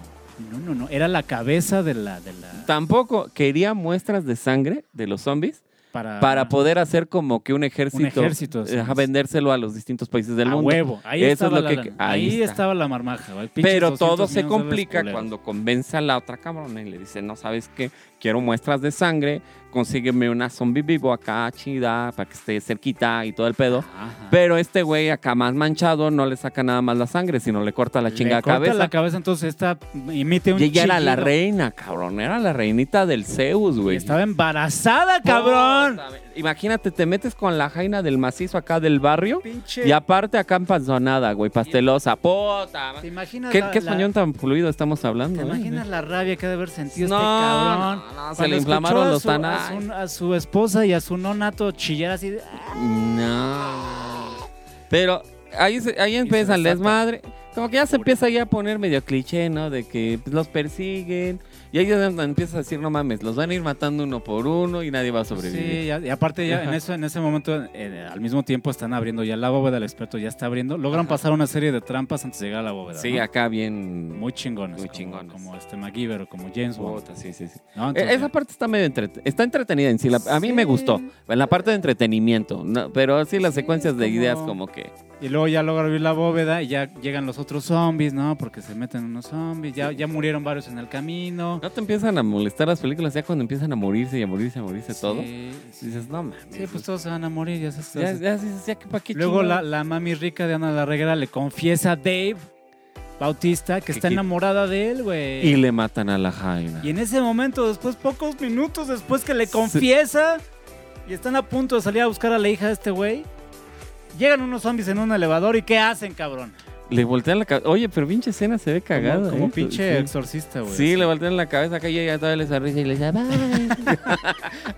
Speaker 3: no, no, no. Era la cabeza de la. De la...
Speaker 2: Tampoco quería muestras de sangre de los zombies
Speaker 3: para,
Speaker 2: para poder hacer como que un ejército,
Speaker 3: Ah.
Speaker 2: eh,
Speaker 3: ejército, sí. Ah,
Speaker 2: ajá, vendérselo a los distintos países del
Speaker 3: a
Speaker 2: mundo.
Speaker 3: huevo. Ahí,
Speaker 2: Eso
Speaker 3: estaba,
Speaker 2: es lo
Speaker 3: la,
Speaker 2: que-
Speaker 3: la-
Speaker 2: ahí
Speaker 3: ahí
Speaker 2: está.
Speaker 3: estaba la marmaja. ¿vale? Pinches
Speaker 2: Pero todo
Speaker 3: 200
Speaker 2: se
Speaker 3: millones de
Speaker 2: complica
Speaker 3: dólares
Speaker 2: cuando convence a la otra cabrona y le dice, no sabes qué, quiero muestras de sangre, consígueme una zombie vivo acá chida para que esté cerquita y todo el pedo.
Speaker 3: culeros. Ajá.
Speaker 2: Pero este güey acá más manchado no le saca nada más la sangre, sino le corta la
Speaker 3: Le
Speaker 2: chinga
Speaker 3: corta
Speaker 2: cabeza.
Speaker 3: la cabeza, entonces esta emite un
Speaker 2: Y ella era la
Speaker 3: chillido.
Speaker 2: reina, cabrón, era la reinita del Zeus,
Speaker 3: Y
Speaker 2: güey.
Speaker 3: Estaba embarazada, cabrón.
Speaker 2: Puta, Imagínate, te metes con la jaina del macizo acá del barrio
Speaker 3: Pinche.
Speaker 2: y aparte acá en panzonada, güey, pastelosa, puta.
Speaker 3: ¿Te imaginas
Speaker 2: ¿Qué,
Speaker 3: la-
Speaker 2: qué
Speaker 3: la-
Speaker 2: español tan fluido estamos hablando?
Speaker 3: ¿Te
Speaker 2: eh?
Speaker 3: imaginas la rabia que ha de haber sentido
Speaker 2: No,
Speaker 3: este cabrón?
Speaker 2: no, no, se
Speaker 3: Cuando
Speaker 2: le
Speaker 3: escuchó
Speaker 2: inflamaron
Speaker 3: a
Speaker 2: los
Speaker 3: su- a
Speaker 2: tanais.
Speaker 3: su- A su esposa y a su nonato chillar así. de, "Ah".
Speaker 2: No. Pero ahí, se- ahí empieza
Speaker 3: se
Speaker 2: el
Speaker 3: desata.
Speaker 2: desmadre. Como que ya se empieza ya a poner medio cliché, ¿no? De que pues, los persiguen. Y ahí es donde empiezas a decir, no mames, los van a ir matando uno por uno y nadie va a sobrevivir.
Speaker 3: pues Sí, ya- y aparte ya en
Speaker 2: Ajá.
Speaker 3: eso, en ese momento, eh, al mismo tiempo están abriendo ya la bóveda del experto, ya está abriendo. Logran pasar una serie de trampas antes de llegar a la bóveda.
Speaker 2: Sí,
Speaker 3: ¿no?
Speaker 2: acá bien...
Speaker 3: muy chingones.
Speaker 2: Muy
Speaker 3: como-
Speaker 2: chingones.
Speaker 3: Como, este MacGyver o como James Bond.
Speaker 2: Puta, sí, sí, sí. Eh,
Speaker 3: ¿no? Entonces,
Speaker 2: Esa parte está medio entrete- está entretenida en sí. la- a mí me
Speaker 3: Sí.
Speaker 2: gustó. En la parte de entretenimiento. no, pero sí las
Speaker 3: Sí,
Speaker 2: secuencias de
Speaker 3: como-
Speaker 2: ideas como que...
Speaker 3: Y luego ya logra abrir la bóveda y ya llegan los otros zombies, ¿no? Porque se meten unos zombies. Ya, ya murieron varios en el camino.
Speaker 2: No te empiezan a molestar las películas ya cuando empiezan a morirse y a morirse, a morirse todo.
Speaker 3: Sí, sí.
Speaker 2: Dices, no mames.
Speaker 3: Sí, pues todos se van a morir. Ya, se-
Speaker 2: Ya, ya, sí, sí, ya, que pa' qué
Speaker 3: Luego la,
Speaker 2: chingados.
Speaker 3: la mami rica de Ana la Reguera le confiesa a Dave Bautista que
Speaker 2: Que
Speaker 3: está
Speaker 2: quit-
Speaker 3: enamorada de él, güey.
Speaker 2: Y le matan a la Jaina.
Speaker 3: Y en ese momento, después, pocos minutos después que le confiesa y están a punto de salir a buscar a la hija de este güey, llegan unos zombies en un elevador y ¿qué hacen, cabrón?
Speaker 2: Le voltean la cabeza. Oye, pero pinche escena se ve cagada.
Speaker 3: Como, como
Speaker 2: ¿eh?
Speaker 3: pinche
Speaker 2: Sí.
Speaker 3: exorcista, güey.
Speaker 2: Sí, le voltean la cabeza acá y ella todavía le sonríe y le dice, "Ay,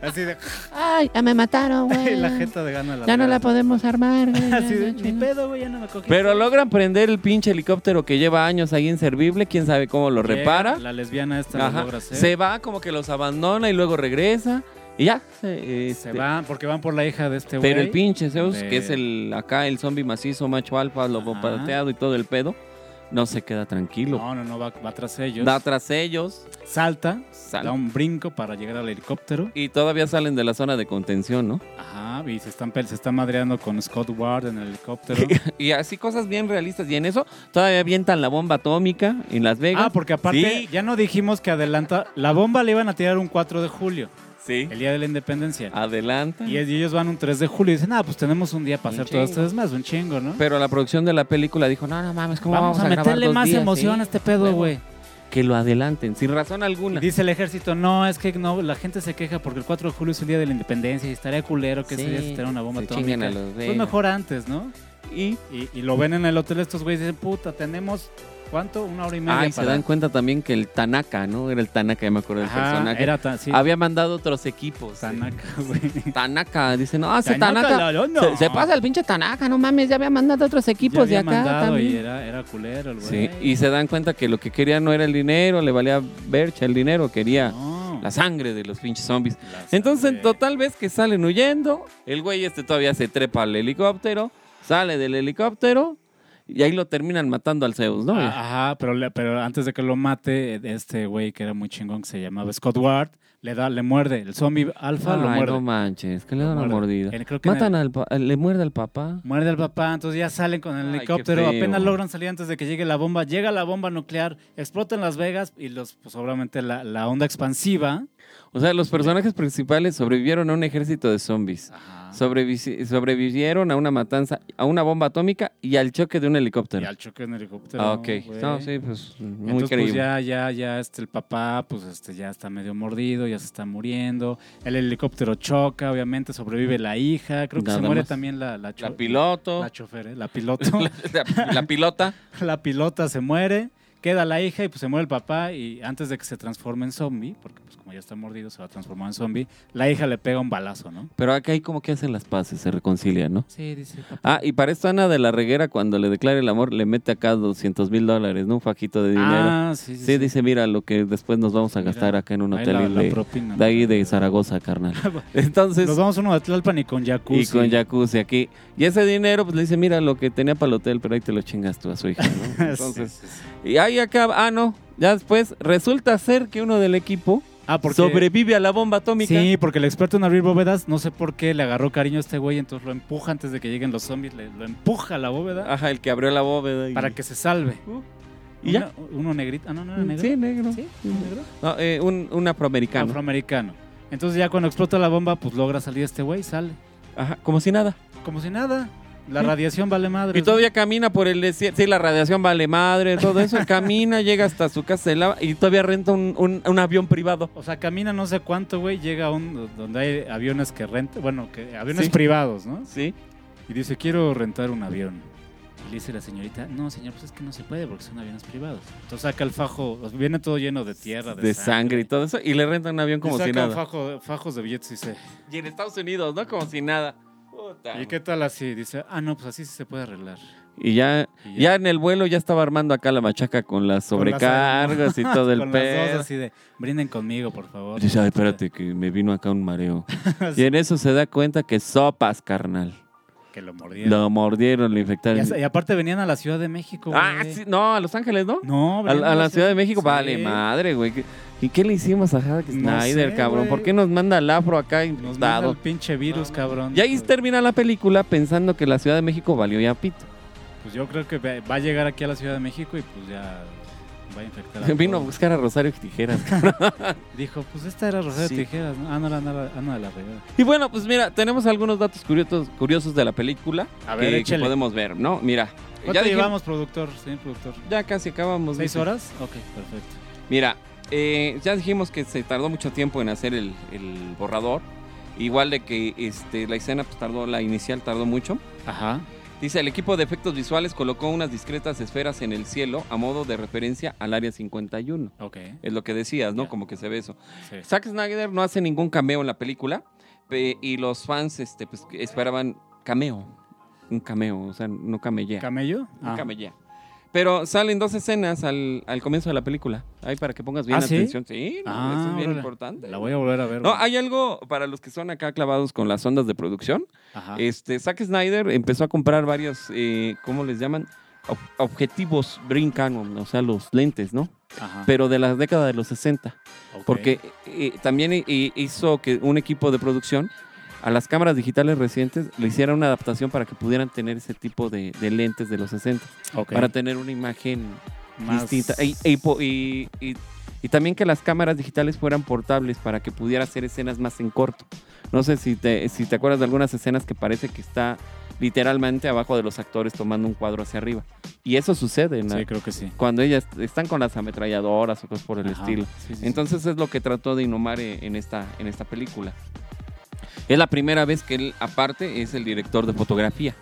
Speaker 3: Así de,
Speaker 1: Ay, ya me mataron, güey.
Speaker 3: la jeta de gana la
Speaker 1: Ya no la
Speaker 3: Reguera.
Speaker 1: podemos armar, güey. ya,
Speaker 3: Así de,
Speaker 1: ya,
Speaker 3: ni
Speaker 1: ya".
Speaker 3: pedo, güey, ya no me cogí.
Speaker 2: Pero logran prender el pinche helicóptero que lleva años ahí inservible. Quién sabe cómo lo
Speaker 3: Llega
Speaker 2: repara.
Speaker 3: La lesbiana esta lo
Speaker 2: Ajá.
Speaker 3: logra hacer.
Speaker 2: Se va, como que los abandona y luego regresa. Y ya. Se,
Speaker 3: Se
Speaker 2: este,
Speaker 3: van porque van por la hija de este güey.
Speaker 2: Pero el pinche Zeus,
Speaker 3: de-
Speaker 2: que es el acá el zombie macizo, macho alfa, lo
Speaker 3: Ajá.
Speaker 2: bombardeado y todo el pedo, no se queda tranquilo.
Speaker 3: No, no, no, va, va tras ellos.
Speaker 2: Da tras ellos,
Speaker 3: Salta,
Speaker 2: sale.
Speaker 3: da un brinco para llegar al helicóptero.
Speaker 2: Y todavía salen de la zona de contención, ¿no?
Speaker 3: Ajá, y se, están, pel- se está madreando con Scott Ward en el helicóptero.
Speaker 2: Y así cosas bien realistas. Y en eso todavía avientan la bomba atómica en Las Vegas.
Speaker 3: ah, porque aparte,
Speaker 2: Sí.
Speaker 3: ya no dijimos que adelanta. La bomba le iban a tirar un 4 de julio,
Speaker 2: Sí.
Speaker 3: el día de la independencia.
Speaker 2: Ah. Adelanta.
Speaker 3: Y es- y ellos van un 3 de julio y dicen, ah, pues tenemos un día para
Speaker 2: Un
Speaker 3: hacer todo esto.
Speaker 2: chingo.
Speaker 3: Es más, un chingo, ¿no?
Speaker 2: Pero la producción de la película dijo, no, no mames, ¿cómo
Speaker 3: Vamos,
Speaker 2: vamos,
Speaker 3: a,
Speaker 2: grabar
Speaker 3: meterle
Speaker 2: dos
Speaker 3: más
Speaker 2: días,
Speaker 3: emoción
Speaker 2: sí?
Speaker 3: a este pedo,
Speaker 2: Huevo.
Speaker 3: güey.
Speaker 2: Que lo adelanten, sin razón
Speaker 3: Y
Speaker 2: alguna.
Speaker 3: Dice el ejército, no, es que no, la gente se queja porque el 4 de julio es el día de la independencia y estaría culero que
Speaker 2: Sí,
Speaker 3: ese día se tirara una bomba
Speaker 2: se chinguen
Speaker 3: atómica.
Speaker 2: a los
Speaker 3: Pues
Speaker 2: Vegas.
Speaker 3: mejor antes, ¿no?
Speaker 2: Y
Speaker 3: Y, y lo ven en el hotel estos güeyes y dicen, puta, tenemos, ¿cuánto? Una hora y media
Speaker 2: ay, se
Speaker 3: para...
Speaker 2: dan cuenta también que el Tanaka, ¿no? Era el Tanaka, ya me acuerdo del
Speaker 3: Ajá,
Speaker 2: personaje.
Speaker 3: era tan, sí,
Speaker 2: Había mandado otros equipos.
Speaker 3: Tanaka, güey.
Speaker 2: Tanaka, dice, no, ese
Speaker 3: Tanaka,
Speaker 2: Tanaka.
Speaker 3: la- no.
Speaker 2: Se, se pasa el pinche Tanaka, no mames, ya había mandado otros
Speaker 3: Ya
Speaker 2: equipos
Speaker 3: había
Speaker 2: de acá
Speaker 3: mandado
Speaker 2: también.
Speaker 3: Y era, era culero el
Speaker 2: Sí,
Speaker 3: güey.
Speaker 2: y se dan cuenta que lo que quería no era el dinero, le valía bercha el dinero, quería
Speaker 3: No.
Speaker 2: la sangre de los pinches zombies.
Speaker 3: La
Speaker 2: Entonces,
Speaker 3: sangre.
Speaker 2: en total vez que salen huyendo, el güey este todavía se trepa al helicóptero, sale del helicóptero y ahí lo terminan matando al Zeus, ¿no?
Speaker 3: Ah, Ajá, pero, le- pero antes de que lo mate, este güey que era muy chingón, que se llamaba Scott Ward, le, da, le muerde. El zombie alfa lo
Speaker 2: Ay,
Speaker 3: muerde.
Speaker 2: no manches, que le
Speaker 3: Lo
Speaker 2: dan una
Speaker 3: muerde.
Speaker 2: mordida.
Speaker 3: En- creo que en
Speaker 2: Matan al pa- le muerde al papá.
Speaker 3: Muerde al papá, entonces ya salen con el
Speaker 2: Ay, qué
Speaker 3: helicóptero,
Speaker 2: feo.
Speaker 3: apenas logran salir antes de que llegue la bomba, llega la bomba nuclear, explota en Las Vegas y los, pues obviamente la, la onda expansiva.
Speaker 2: O sea, los personajes principales sobrevivieron a un ejército de zombies.
Speaker 3: Ajá.
Speaker 2: Sobrevivi- sobrevivieron a una matanza, a una bomba atómica y al choque de un
Speaker 3: y
Speaker 2: helicóptero.
Speaker 3: al choque en helicóptero.
Speaker 2: Ah, ok.
Speaker 3: güey.
Speaker 2: No, sí, pues muy
Speaker 3: Entonces,
Speaker 2: creíble.
Speaker 3: pues ya, ya, ya, este, el papá, pues este, ya está medio mordido, ya se está muriendo. El helicóptero choca, obviamente, sobrevive la hija. Creo que
Speaker 2: Nada
Speaker 3: se muere
Speaker 2: más.
Speaker 3: también la, la, cho-
Speaker 2: La piloto,
Speaker 3: La
Speaker 2: la,
Speaker 3: chofer, ¿eh? la piloto.
Speaker 2: la- la pilota.
Speaker 3: la pilota se muere, queda la hija y pues se muere el papá y antes de que se transforme en zombie, porque pues como ya está mordido se va a transformar en zombie, la hija le pega un balazo, ¿no?
Speaker 2: Pero acá hay como que hacen las paces, se reconcilian, ¿no?
Speaker 3: Sí, dice papá.
Speaker 2: Ah, y para esto Ana de la Reguera, cuando le declara el amor, le mete acá 200 mil dólares, ¿no? Un fajito de dinero.
Speaker 3: Ah, sí, sí.
Speaker 2: sí, dice, mira lo que después nos vamos a
Speaker 3: Mira,
Speaker 2: gastar acá en un
Speaker 3: ahí
Speaker 2: hotel
Speaker 3: la- la
Speaker 2: de,
Speaker 3: propina,
Speaker 2: de ahí
Speaker 3: ¿no?
Speaker 2: de Zaragoza, carnal. Entonces,
Speaker 3: Nos vamos a uno de Tlalpan y con jacuzzi.
Speaker 2: Y con jacuzzi aquí. Y ese dinero, pues le dice, mira lo que tenía para el hotel, pero ahí te lo chingas tú a su hija, ¿no? Entonces,
Speaker 3: Sí, sí, sí.
Speaker 2: y ahí acaba. Ah, no. Ya después, resulta ser que uno del equipo
Speaker 3: Ah, porque...
Speaker 2: sobrevive a la bomba atómica.
Speaker 3: Sí, porque el experto en abrir bóvedas, no sé por qué, le agarró cariño a este güey, entonces lo empuja antes de que lleguen los zombies, le- lo empuja a la bóveda
Speaker 2: Ajá, el que abrió la bóveda. Ah, Y...
Speaker 3: para que se salve.
Speaker 2: Uh, ¿Y ya? Mm,
Speaker 3: Uno- Uno negrito. Ah, no, no era negro.
Speaker 2: Sí, negro.
Speaker 3: ¿Sí? ¿Un negro?
Speaker 2: No, eh, un, un afroamericano.
Speaker 3: Afroamericano. Entonces ya cuando explota la bomba, pues logra salir este güey, sale.
Speaker 2: Ajá, como si nada.
Speaker 3: Como si nada. La radiación vale madre.
Speaker 2: Y todavía camina por el desierto. Sí, la radiación vale madre, todo eso. Camina, llega hasta su casa se lava y todavía renta un, un- un avión privado.
Speaker 3: O sea, camina no sé cuánto, güey, llega a un donde hay aviones que rentan, bueno, que aviones
Speaker 2: Sí.
Speaker 3: privados, ¿no?
Speaker 2: Sí.
Speaker 3: Y dice, quiero rentar un avión. Y le dice la señorita, no, señor, pues es que no se puede porque son aviones privados. Entonces saca el fajo, o sea, viene todo lleno de tierra, de,
Speaker 2: De sangre y todo eso. Y le renta un avión como
Speaker 3: y saca
Speaker 2: si nada.
Speaker 3: fajo- fajos de billetes y dice,
Speaker 2: Y en Estados Unidos, ¿no? Como si nada. Puta.
Speaker 3: ¿y qué tal así? Dice, ah, no, pues así sí se puede arreglar.
Speaker 2: Y ya,
Speaker 3: Y
Speaker 2: ya en el vuelo ya estaba armando acá la machaca con las
Speaker 3: Con las-
Speaker 2: sobrecargas y todo el
Speaker 3: Con las dos
Speaker 2: pedo.
Speaker 3: así de, brinden conmigo, por favor.
Speaker 2: Dice, "Ay, espérate, que me vino acá un mareo.
Speaker 3: Así,
Speaker 2: Y en eso se da cuenta que sopas, carnal.
Speaker 3: que lo mordieron.
Speaker 2: Lo mordieron, lo infectaron.
Speaker 3: Y, as- y aparte venían a la Ciudad de México, güey.
Speaker 2: Ah, sí, no, a Los Ángeles, ¿no?
Speaker 3: No,
Speaker 2: A,
Speaker 3: venían
Speaker 2: a la Ciudad de México,
Speaker 3: Sí.
Speaker 2: vale, madre, güey. ¿Qué- ¿Y qué le hicimos a Zack
Speaker 3: No
Speaker 2: Snyder,
Speaker 3: sé,
Speaker 2: cabrón?
Speaker 3: güey.
Speaker 2: ¿Por qué nos manda el afro acá
Speaker 3: Nos manda
Speaker 2: infectado?
Speaker 3: el pinche virus, cabrón.
Speaker 2: Y ahí termina la película pensando que la Ciudad de México valió ya pito.
Speaker 3: Pues yo creo que ve- va a llegar aquí a la Ciudad de México y pues ya va a infectar. A
Speaker 2: Vino a
Speaker 3: todos.
Speaker 2: buscar a Rosario Tijeras.
Speaker 3: Dijo, pues esta era Rosario
Speaker 2: Sí.
Speaker 3: Tijeras. ¿no? Ah, no, la, no, la- ah, no, la verdad.
Speaker 2: Y bueno, pues mira, tenemos algunos datos curiosos, curiosos de la película
Speaker 3: A ver,
Speaker 2: que- que,
Speaker 3: échale.
Speaker 2: podemos ver, ¿no? Mira,
Speaker 3: ¿Cuánto
Speaker 2: dijimos-
Speaker 3: llevamos, productor? Sí, productor.
Speaker 2: ya casi acabamos.
Speaker 3: ¿Seis
Speaker 2: dice.
Speaker 3: horas? Ok, perfecto.
Speaker 2: Mira, eh, ya dijimos que se tardó mucho tiempo en hacer el, el borrador. Igual de que este, la escena pues, tardó, la inicial tardó mucho.
Speaker 3: Ajá.
Speaker 2: Dice, el equipo de efectos visuales colocó unas discretas esferas en el cielo a modo de referencia al Área 51.
Speaker 3: Ok.
Speaker 2: Es lo que decías, ¿no?
Speaker 3: Ya.
Speaker 2: Como que se ve eso.
Speaker 3: Sí.
Speaker 2: Zack Snyder no hace ningún cameo en la película pe- y los fans este, pues, que esperaban cameo. Un cameo, o sea, no camellea.
Speaker 3: ¿Camello?
Speaker 2: no
Speaker 3: Ah.
Speaker 2: camellea. Pero salen dos escenas al, al comienzo de la película. Ahí para que pongas bien
Speaker 3: ¿Ah, sí?
Speaker 2: atención. Sí, no,
Speaker 3: Ah,
Speaker 2: eso es bien
Speaker 3: órale.
Speaker 2: importante.
Speaker 3: La voy a volver a ver.
Speaker 2: No,
Speaker 3: güey.
Speaker 2: hay algo para los que son acá clavados con las ondas de producción.
Speaker 3: Ajá.
Speaker 2: Este, Zack Snyder empezó a comprar varios, eh, ¿cómo les llaman? Ob- objetivos Brain Canon, o sea, los lentes, ¿no?
Speaker 3: Ajá.
Speaker 2: Pero de la década de los 60.
Speaker 3: Ok.
Speaker 2: Porque eh, también eh, hizo que un equipo de producción a las cámaras digitales recientes le hiciera una adaptación para que pudieran tener ese tipo de, de lentes de los 60,
Speaker 3: Ok.
Speaker 2: para tener una imagen
Speaker 3: Más-
Speaker 2: distinta. Y, y po- y- y- y también que las cámaras digitales fueran portables para que pudiera hacer escenas más en corto. No sé si te, si te acuerdas de algunas escenas que parece que está literalmente abajo de los actores tomando un cuadro hacia arriba. Y eso sucede en la-
Speaker 3: Sí, creo que sí.
Speaker 2: cuando ellas están con las ametralladoras o cosas por el
Speaker 3: Ajá.
Speaker 2: estilo.
Speaker 3: Sí, sí, sí.
Speaker 2: Entonces es lo que trató de innovar eh, en esta, en esta película. Es la primera vez que él, aparte, es el director de fotografía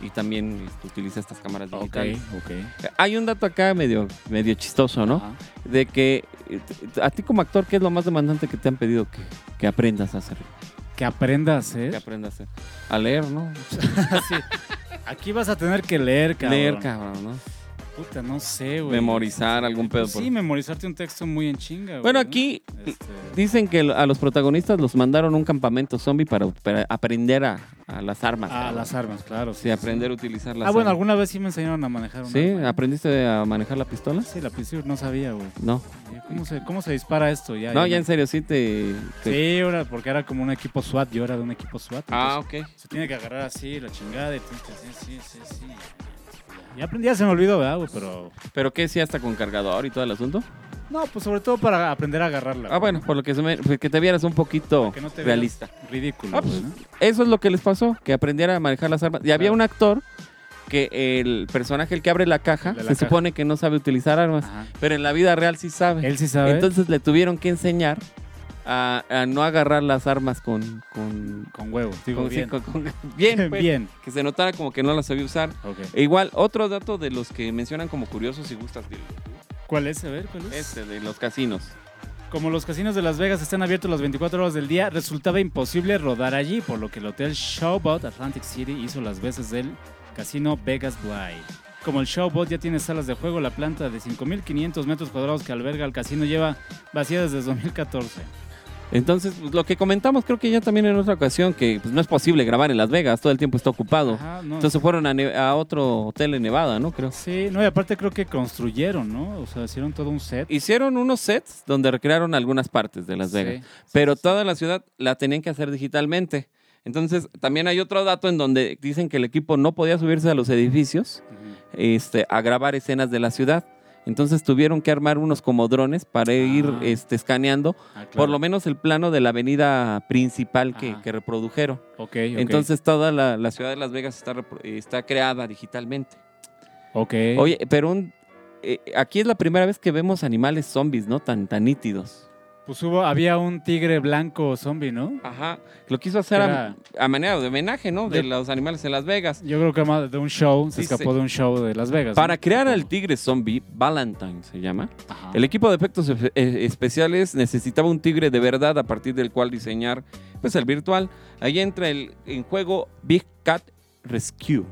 Speaker 2: y también este, utiliza estas cámaras
Speaker 3: Ok,
Speaker 2: digitales.
Speaker 3: ok.
Speaker 2: Eh, Hay un dato acá medio, medio chistoso, ¿no?
Speaker 3: Ajá.
Speaker 2: De que eh, t- a ti como actor, ¿qué es lo más demandante que te han pedido que, que aprendas a hacer?
Speaker 3: Que aprenda a hacer.
Speaker 2: Que aprendas a, hacer? a leer, ¿no?
Speaker 3: Así. Aquí vas a tener que leer, cabrón.
Speaker 2: Leer, cabrón, ¿no?
Speaker 3: Puta, no sé, güey.
Speaker 2: Memorizar algún pedo. por-
Speaker 3: Sí, memorizarte un texto muy en chinga, güey.
Speaker 2: Bueno,
Speaker 3: ¿no?
Speaker 2: aquí
Speaker 3: Este,
Speaker 2: Dicen que a los protagonistas los mandaron a un campamento zombie para, para aprender a, a las armas.
Speaker 3: ah,
Speaker 2: cabrón.
Speaker 3: las armas, claro.
Speaker 2: Sí, aprender a utilizar las
Speaker 3: Ah, bueno,
Speaker 2: armas.
Speaker 3: alguna vez sí me enseñaron a manejar una
Speaker 2: ¿Sí?
Speaker 3: arma. ¿eh?
Speaker 2: ¿Aprendiste a manejar la pistola?
Speaker 3: Sí, la principio no sabía, güey.
Speaker 2: No.
Speaker 3: ¿Cómo se, ¿Cómo se dispara esto? Ya,
Speaker 2: No,
Speaker 3: me-
Speaker 2: ya en serio, sí te... te-
Speaker 3: Sí, ahora, porque era como un equipo SWAT, yo era de un equipo SWAT.
Speaker 2: Ah,
Speaker 3: entonces,
Speaker 2: ok.
Speaker 3: Se tiene que agarrar así, la chingada, y tienes que hacer sí, sí, sí. Ya aprendí, ya se me olvidó, ¿verdad, güey? Pero.
Speaker 2: ¿Pero qué? ¿Sí hasta con cargador y todo el asunto?
Speaker 3: No, pues sobre todo para aprender a agarrarla.
Speaker 2: Ah,
Speaker 3: güey,
Speaker 2: bueno, por lo que, se me- pues que te vieras un poquito
Speaker 3: Que no te veas
Speaker 2: realista.
Speaker 3: Ridículo,
Speaker 2: Ah,
Speaker 3: güey,
Speaker 2: pues,
Speaker 3: ¿no?
Speaker 2: Eso es lo que les pasó, que aprendiera a manejar las armas. Y había
Speaker 3: Claro.
Speaker 2: un actor que el personaje, el que abre la caja,
Speaker 3: El de la
Speaker 2: se
Speaker 3: caja.
Speaker 2: supone que no sabe utilizar armas,
Speaker 3: Ajá.
Speaker 2: pero en la vida real sí sabe.
Speaker 3: Él sí sabe.
Speaker 2: Entonces le tuvieron que enseñar a, a no agarrar las armas con. con,
Speaker 3: con huevo. Digo,
Speaker 2: con- sí,
Speaker 3: bien.
Speaker 2: con- con- bien, pues,
Speaker 3: Bien.
Speaker 2: Que se notara como que no las sabía usar.
Speaker 3: Ok.
Speaker 2: E igual, otro dato de los que mencionan como curiosos y gustas dilo.
Speaker 3: ¿Cuál es? A ver, ¿cuál es?
Speaker 2: Este, de los casinos.
Speaker 3: Como los casinos de Las Vegas están abiertos las 24 horas del día, resultaba imposible rodar allí, por lo que el hotel Showboat Atlantic City hizo las veces del casino Vegas Blind. Como el Showboat ya tiene salas de juego, la planta de 5.500 metros cuadrados que alberga el casino lleva vacía desde 2014.
Speaker 2: Entonces, pues, lo que comentamos creo que ya también en otra ocasión, que pues, no es posible grabar en Las Vegas, todo el tiempo está ocupado.
Speaker 3: Ajá, no.
Speaker 2: Entonces fueron a, ne- a otro hotel en Nevada, ¿no? Creo.
Speaker 3: sí, no, y aparte creo que construyeron, ¿no? O sea, hicieron todo un set.
Speaker 2: Hicieron unos sets donde recrearon algunas partes de Las Vegas.
Speaker 3: Sí, sí,
Speaker 2: pero
Speaker 3: sí,
Speaker 2: toda la ciudad la tenían que hacer digitalmente. Entonces, también hay otro dato en donde dicen que el equipo no podía subirse a los edificios
Speaker 3: sí. Ujú.
Speaker 2: este, a grabar escenas de la ciudad. Entonces tuvieron que armar unos como drones para ir
Speaker 3: Ah.
Speaker 2: este, escaneando
Speaker 3: Ah, claro.
Speaker 2: por lo menos el plano de la avenida principal que,
Speaker 3: Ajá.
Speaker 2: que reprodujeron.
Speaker 3: Ok, ok.
Speaker 2: Entonces toda la, la ciudad de Las Vegas está, repro- está creada digitalmente.
Speaker 3: Ok.
Speaker 2: Oye, pero un- eh, aquí es la primera vez que vemos animales zombies, ¿no? Tan, tan nítidos.
Speaker 3: Pues hubo, había un tigre blanco zombie, ¿no?
Speaker 2: Ajá. Lo quiso hacer a, a manera de homenaje, ¿no? De,
Speaker 3: De-
Speaker 2: los animales en Las Vegas.
Speaker 3: Yo creo que más de un show, se
Speaker 2: Sí,
Speaker 3: escapó
Speaker 2: sí.
Speaker 3: de un show de Las Vegas.
Speaker 2: Para
Speaker 3: ¿no?
Speaker 2: crear al tigre zombie, Valentine se llama,
Speaker 3: Ajá.
Speaker 2: el equipo de efectos efe- eh, especiales necesitaba un tigre de verdad a partir del cual diseñar pues, el virtual. Ahí entra el, en juego Big Cat Rescue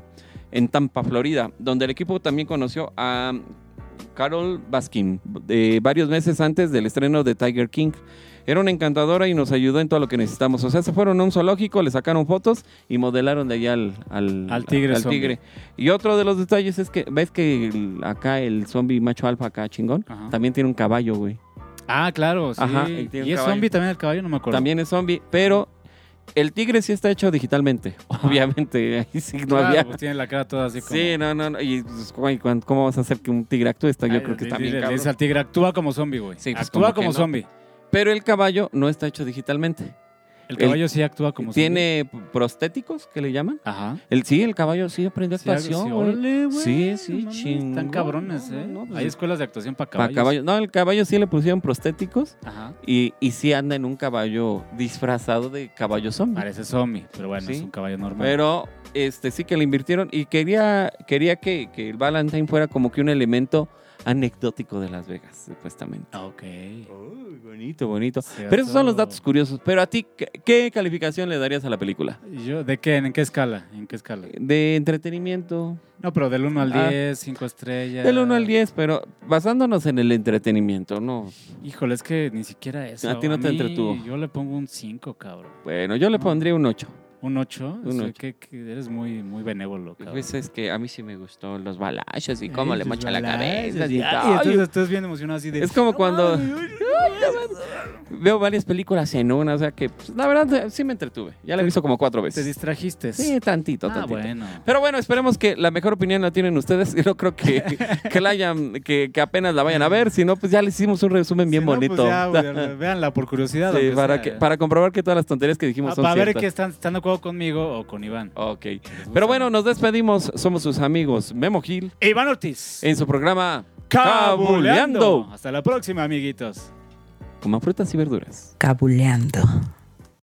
Speaker 2: en Tampa, Florida, donde el equipo también conoció a Carol Baskin de varios meses antes del estreno de Tiger King. Era una encantadora y nos ayudó en todo lo que necesitamos. O sea, se fueron a un zoológico, le sacaron fotos y modelaron de allá al,
Speaker 3: Al tigre zombie.
Speaker 2: tigre. Y otro de los detalles es que, ¿ves que el- acá el zombie macho alfa acá chingón?
Speaker 3: Ajá.
Speaker 2: También tiene un caballo, güey.
Speaker 3: Ah, claro, sí.
Speaker 2: Ajá, y tiene un
Speaker 3: y es
Speaker 2: caballo.
Speaker 3: zombie también el caballo, no me acuerdo.
Speaker 2: También es zombie, pero el tigre sí está hecho digitalmente. Obviamente, ahí sí no
Speaker 3: Claro,
Speaker 2: había.
Speaker 3: pues tiene la cara toda así como...
Speaker 2: Sí, no, no, no. Y pues, güey, ¿cuán- ¿cómo vas a hacer que un tigre actúe? Está- Yo
Speaker 3: Ay,
Speaker 2: creo que
Speaker 3: le-
Speaker 2: está
Speaker 3: le-
Speaker 2: bien
Speaker 3: le
Speaker 2: cabrón.
Speaker 3: dice al tigre, actúa como zombie, güey.
Speaker 2: Sí, pues,
Speaker 3: actúa
Speaker 2: como que
Speaker 3: como
Speaker 2: no.
Speaker 3: zombie.
Speaker 2: Pero el caballo no está hecho digitalmente.
Speaker 3: El caballo sí actúa como zombie.
Speaker 2: Tiene prostéticos, que le llaman.
Speaker 3: Ajá.
Speaker 2: El, sí, el caballo sí aprende
Speaker 3: Sí,
Speaker 2: actuación,
Speaker 3: sí,
Speaker 2: güey.
Speaker 3: órale, güey,
Speaker 2: Sí, sí,
Speaker 3: no mames,
Speaker 2: chingón,
Speaker 3: Están cabrones,
Speaker 2: no,
Speaker 3: ¿eh?
Speaker 2: no, pues,
Speaker 3: Hay escuelas de actuación
Speaker 2: Pa'
Speaker 3: para caballos.
Speaker 2: caballo. No, el caballo sí le pusieron prostéticos
Speaker 3: Ajá.
Speaker 2: y, y sí anda en un caballo disfrazado de caballo zombie.
Speaker 3: Parece zombie, pero bueno,
Speaker 2: Sí.
Speaker 3: es un caballo normal.
Speaker 2: Pero este sí que le invirtieron y quería, quería que, que el Valentine fuera como que un elemento anecdótico de Las Vegas, supuestamente.
Speaker 3: Ah, Ok.
Speaker 2: bonito, bonito. Pero esos son los datos curiosos. Pero a ti, ¿qué, qué calificación le darías a la película?
Speaker 3: Yo, ¿De qué? ¿En qué escala? ¿En qué escala?
Speaker 2: De entretenimiento.
Speaker 3: No, pero del 1 al
Speaker 2: Ah.
Speaker 3: 10, 5 estrellas.
Speaker 2: Del 1 al 10, pero basándonos en el entretenimiento, ¿no.
Speaker 3: Híjole, es que ni siquiera eso.
Speaker 2: A ti no te
Speaker 3: mí,
Speaker 2: entretuvo.
Speaker 3: Yo le pongo un 5, cabrón.
Speaker 2: Bueno, yo le
Speaker 3: No.
Speaker 2: pondría un 8.
Speaker 3: ¿Un 8?
Speaker 2: Un ocho.
Speaker 3: eres muy, muy benévolo, cabrón.
Speaker 2: Pues es que a mí sí me gustó los balachos y cómo
Speaker 3: Ay,
Speaker 2: le
Speaker 3: sus
Speaker 2: mocha la
Speaker 3: balazos,
Speaker 2: cabeza. y
Speaker 3: y-
Speaker 2: tal.
Speaker 3: Y entonces estás bien emocionado así de...
Speaker 2: Es como
Speaker 3: Este, "No
Speaker 2: cuando-
Speaker 3: mames, ay,
Speaker 2: Veo varias películas en una, o sea que pues, la verdad sí me entretuve. Ya la he visto como cuatro
Speaker 3: Te
Speaker 2: veces.
Speaker 3: distrajiste.
Speaker 2: Sí, tantito,
Speaker 3: ah,
Speaker 2: tantito.
Speaker 3: bueno.
Speaker 2: Pero bueno, esperemos que la mejor opinión la tienen ustedes. Yo no creo que, que, la hayan, que, que apenas la vayan a ver, si no, pues ya le hicimos un resumen bien
Speaker 3: Si no, pues
Speaker 2: bonito.
Speaker 3: ya, güey, véanla por curiosidad.
Speaker 2: Sí,
Speaker 3: aunque
Speaker 2: para,
Speaker 3: sea.
Speaker 2: que, para comprobar que todas las tonterías que dijimos
Speaker 3: Ah,
Speaker 2: son
Speaker 3: para ver
Speaker 2: ciertas.
Speaker 3: que están, están de acuerdo conmigo o con Iván.
Speaker 2: Ok. Pero bueno, nos despedimos. Somos sus amigos Memo Gil
Speaker 3: Iván Ortiz.
Speaker 2: en su programa
Speaker 3: Cabuleando.
Speaker 2: Cabuleando.
Speaker 3: Hasta la próxima, amiguitos.
Speaker 2: Coman frutas y verduras.
Speaker 4: Cabuleando.